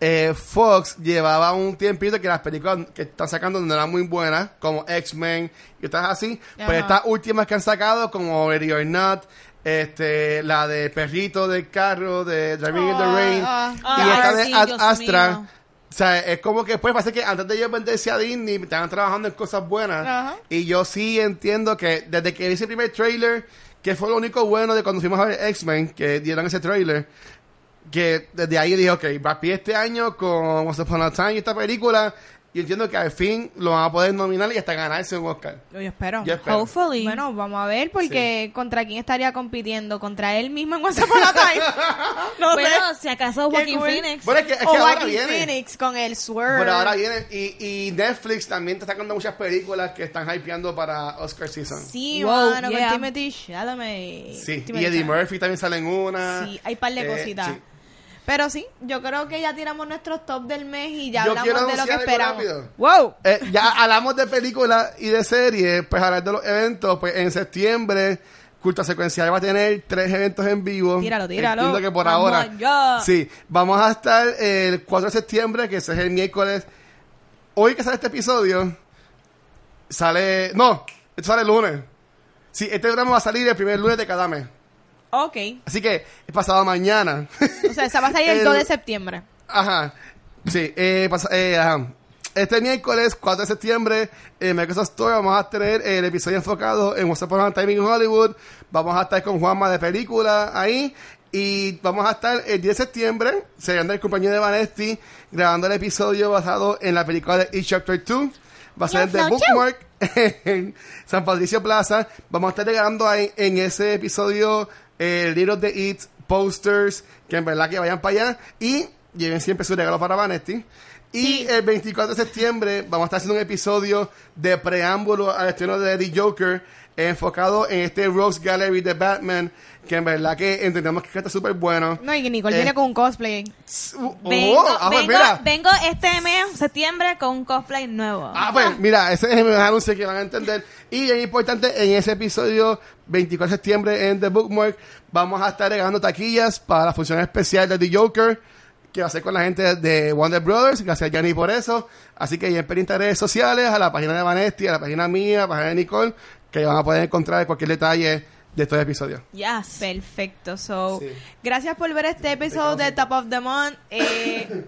Speaker 3: eh, Fox llevaba un tiempito que las películas que están sacando no eran muy buenas, como X-Men y otras así, pero
Speaker 1: Ajá.
Speaker 3: estas últimas que han sacado, como Ready or Not, este, la de Perrito del Carro, de Driving in the
Speaker 1: Ah,
Speaker 3: Rain,
Speaker 1: ah,
Speaker 2: ah,
Speaker 3: y esta de
Speaker 2: sí,
Speaker 3: Ad
Speaker 2: Dios
Speaker 3: Astra.
Speaker 2: mío.
Speaker 3: O sea, es como que puede pasar que antes de ellos venderse a Disney, estaban trabajando en cosas buenas.
Speaker 1: Ajá.
Speaker 3: Y yo sí entiendo que desde que vi ese primer trailer, que fue lo único bueno de cuando fuimos a ver X-Men, que dieron ese trailer, que desde ahí dije, ok, Brad Pitt este año con Once Upon a Time y esta película, yo entiendo que al fin lo van a poder nominar y hasta ganarse un Oscar.
Speaker 1: Yo espero.
Speaker 3: Yo espero.
Speaker 2: Hopefully.
Speaker 1: Bueno, vamos a ver, porque ¿contra quién estaría compitiendo? ¿Contra él mismo en Once Upon a
Speaker 3: <laughs>
Speaker 1: Time? no
Speaker 2: Bueno, si acaso
Speaker 1: Qué
Speaker 2: Joaquin
Speaker 1: cool.
Speaker 2: Phoenix.
Speaker 3: Bueno, es que, es que
Speaker 1: o
Speaker 3: ahora
Speaker 1: Oh, Joaquin
Speaker 3: viene.
Speaker 1: Phoenix con el Swerve.
Speaker 3: Pero ahora viene. Y, y Netflix también está sacando muchas películas que están hypeando para Oscar Season.
Speaker 1: Sí,
Speaker 2: Wow,
Speaker 1: mano,
Speaker 2: yeah.
Speaker 1: con Timothy Chalamet.
Speaker 3: Sí,
Speaker 1: Timothy
Speaker 3: y Eddie
Speaker 1: Chalamet.
Speaker 3: Murphy también sale en una.
Speaker 1: Sí, hay par de
Speaker 3: Eh,
Speaker 1: cositas.
Speaker 3: sí.
Speaker 1: Pero sí, yo creo que ya tiramos nuestros top del mes y ya
Speaker 3: Yo quiero
Speaker 1: hablamos de lo que
Speaker 3: anunciar algo
Speaker 1: esperamos.
Speaker 3: rápido.
Speaker 1: ¡Wow!
Speaker 3: Eh, ya hablamos de películas y de series, pues hablar de los eventos, pues en septiembre Culta Secuencial va a tener tres eventos en vivo.
Speaker 1: Tíralo, tíralo.
Speaker 3: Eh, Entiendo que por
Speaker 2: Vamos
Speaker 3: ahora.
Speaker 2: allá.
Speaker 3: Sí, vamos a estar el 4 de septiembre, que ese es el miércoles. Hoy que sale este episodio, sale... No, esto sale el lunes. Sí, este programa va a salir el primer lunes de cada mes.
Speaker 1: Ok.
Speaker 3: Así que es pasado mañana. <laughs>
Speaker 1: O sea, esa va a salir el
Speaker 3: El-
Speaker 1: 2 de septiembre.
Speaker 3: Ajá. Sí, eh, pasa- eh, ajá. Este miércoles, 4 de septiembre, en Microsoft Store vamos a tener el episodio enfocado en WhatsApp on Timing Hollywood. Vamos a estar con Juanma de película ahí. Y vamos a estar el 10 de septiembre, serán el compañero de Vanesti, grabando el episodio basado en la película de Each Chapter 2. Va a ser de Bookmark <laughs> en San Patricio Plaza. Vamos a estar regalando ahí en ese episodio eh, libros de It, posters, que en verdad que vayan para allá. Y lleven siempre su regalo para Vanesti. Y el 24 de septiembre vamos a estar haciendo un episodio de preámbulo al estreno de The Joker eh, enfocado en este Rose Gallery de Batman, que en verdad que entendemos que está súper bueno.
Speaker 1: No, y Nicole
Speaker 3: Eh.
Speaker 1: viene con un cosplay.
Speaker 3: Uh,
Speaker 2: Vengo,
Speaker 3: oh, ah, pues
Speaker 2: vengo,
Speaker 3: mira.
Speaker 2: vengo este mes, septiembre, con un cosplay nuevo.
Speaker 3: Ah, pues mira, ese es el mejor anuncio que van a entender. Y es importante, en ese episodio 24 de septiembre en The Bookmark, vamos a estar regalando taquillas para la función especial de The Joker, que va a ser con la gente de Wonder Brothers. Gracias, Johnny, por eso. Así que ya pendiente a redes sociales, a la página de Vanesti, a la página mía, a la página de Nicole, que van a poder encontrar cualquier detalle de estos episodios.
Speaker 2: Yes.
Speaker 1: Perfecto. So,
Speaker 3: Sí.
Speaker 1: gracias por ver este episodio de Top of the Month.
Speaker 3: <laughs>
Speaker 1: Eh,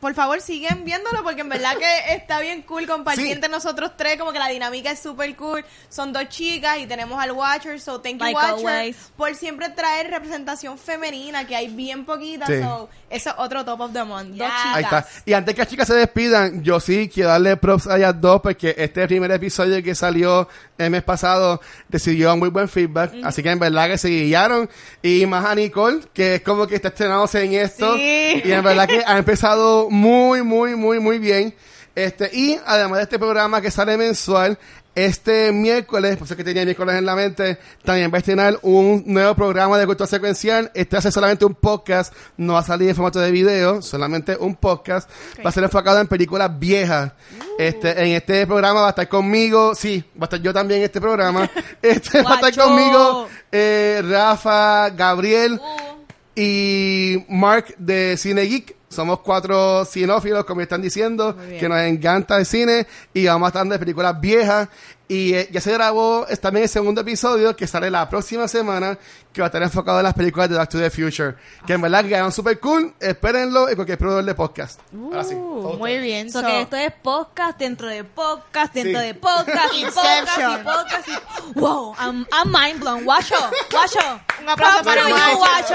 Speaker 1: por favor, siguen viéndolo porque en verdad que está bien cool compartir
Speaker 3: Sí.
Speaker 1: entre nosotros tres. Como que la dinámica es súper cool. Son dos chicas y tenemos al Watcher. So, thank you,
Speaker 2: Like
Speaker 1: Watcher,
Speaker 2: always.
Speaker 1: por siempre traer representación femenina que hay bien poquita.
Speaker 3: Sí.
Speaker 1: So, eso es otro Top of the Month. Dos
Speaker 2: Yeah.
Speaker 1: chicas.
Speaker 3: Ahí está. Y antes que las chicas se despidan, yo sí quiero darle props a ellas dos porque este primer episodio que salió el mes pasado recibió muy buen feedback. Así que en verdad que se guiaron. Y más a Nicole, que es como que está estrenándose en esto.
Speaker 1: Sí.
Speaker 3: Y en verdad que ha empezado muy, muy, muy, muy bien. Este, y además de este programa que sale mensual, este miércoles, por eso que tenía miércoles en la mente, también va a estrenar un nuevo programa de cultura secuencial. Este hace solamente un podcast, no va a salir en formato de video, solamente un podcast. Va a ser enfocado en películas viejas. Este, en este programa va a estar conmigo, sí, va a estar yo también en este programa. Este va a estar
Speaker 2: Guacho.
Speaker 3: conmigo eh, Rafa, Gabriel
Speaker 2: Uh,
Speaker 3: y Mark de Cine Geek. Somos cuatro cinófilos, como están diciendo,
Speaker 1: Muy bien.
Speaker 3: que nos encanta el cine y vamos a estar de películas viejas. Y eh, ya se grabó eh, también el segundo episodio que sale la próxima semana, que va a estar enfocado en las películas de Back to the Future, que en verdad quedaron super cool. Espérenlo en cualquier proveedor de podcast.
Speaker 1: Uh.
Speaker 3: Ahora sí. todo
Speaker 1: muy
Speaker 3: ustedes.
Speaker 1: bien.
Speaker 2: Uh, so
Speaker 1: so-
Speaker 2: que esto es podcast dentro de podcast, dentro
Speaker 3: Sí.
Speaker 2: de podcast, y podcast, y
Speaker 1: Inception.
Speaker 2: podcast, y... Wow, I'm, I'm mind blown. Guacho, guacho.
Speaker 1: Un aplauso
Speaker 2: Props
Speaker 1: para
Speaker 2: to you,
Speaker 1: Guacho.
Speaker 2: <laughs> Guacho.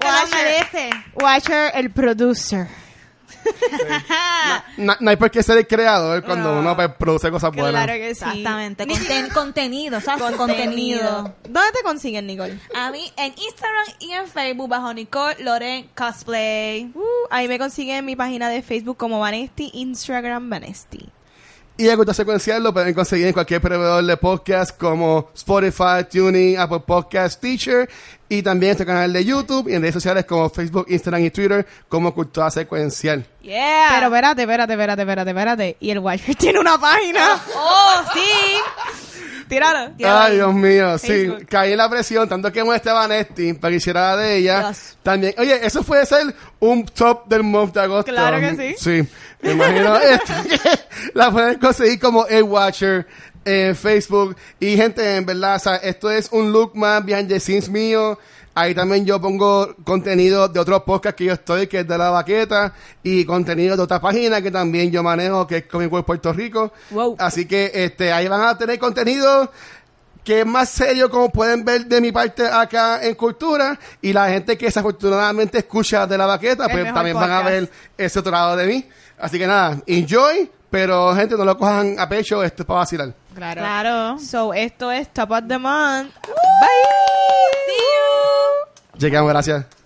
Speaker 2: Que lo
Speaker 1: Guacho.
Speaker 2: <laughs> merece.
Speaker 1: Watcher, el producer.
Speaker 3: No, no hay por qué ser el creador cuando
Speaker 1: No.
Speaker 3: uno pues, produce cosas buenas.
Speaker 1: Ah. Claro que sí.
Speaker 2: Exactamente. Conten- contenido, ¿sabes? contenido.
Speaker 1: ¿Dónde te consiguen, Nicole?
Speaker 2: A mí en Instagram y en Facebook bajo Nicole Loren Cosplay.
Speaker 1: Uh, ahí me consiguen en mi página de Facebook como Vanesti, Instagram Vanesti.
Speaker 3: Y el gusto secuencial lo pueden conseguir en cualquier proveedor de podcast como Spotify, Tuning, Apple Podcast, Teacher y también este canal de YouTube y en redes sociales como Facebook, Instagram y Twitter como Cultura Secuencial.
Speaker 2: Yeah.
Speaker 1: Pero espérate, espérate, espérate, espérate, espérate. Y el Watcher <laughs> tiene una página.
Speaker 2: oh, sí.
Speaker 1: <laughs> Tíralo.
Speaker 3: Ay, Dios mío, sí,
Speaker 1: Facebook.
Speaker 3: caí en la presión, tanto que muestra Vanetti para que hiciera de ella.
Speaker 2: Dios.
Speaker 3: También, oye, eso puede ser un top del month de agosto.
Speaker 1: Claro que
Speaker 3: Sí, me imagino. <laughs> este, que la pueden conseguir como A Watcher en Facebook. Y gente, en verdad, o sea, esto es un look más behind the scenes mío. Ahí también yo pongo contenido de otros podcasts que yo estoy, que es de la baqueta, y contenido de otra página que también yo manejo, que es Comic World Puerto Rico.
Speaker 1: Wow.
Speaker 3: Así que este, ahí van a tener contenido que es más serio, como pueden ver de mi parte acá en Cultura, y la gente que desafortunadamente escucha de la baqueta,
Speaker 1: El
Speaker 3: pues
Speaker 1: mejor
Speaker 3: también van a
Speaker 1: podcast.
Speaker 3: ver ese otro lado de mí. Así que nada, enjoy, pero gente, no lo cojan a pecho, esto es para vacilar.
Speaker 1: Claro.
Speaker 2: Claro.
Speaker 1: So, esto es Top of the Month.
Speaker 2: See you.
Speaker 3: Llegamos, gracias.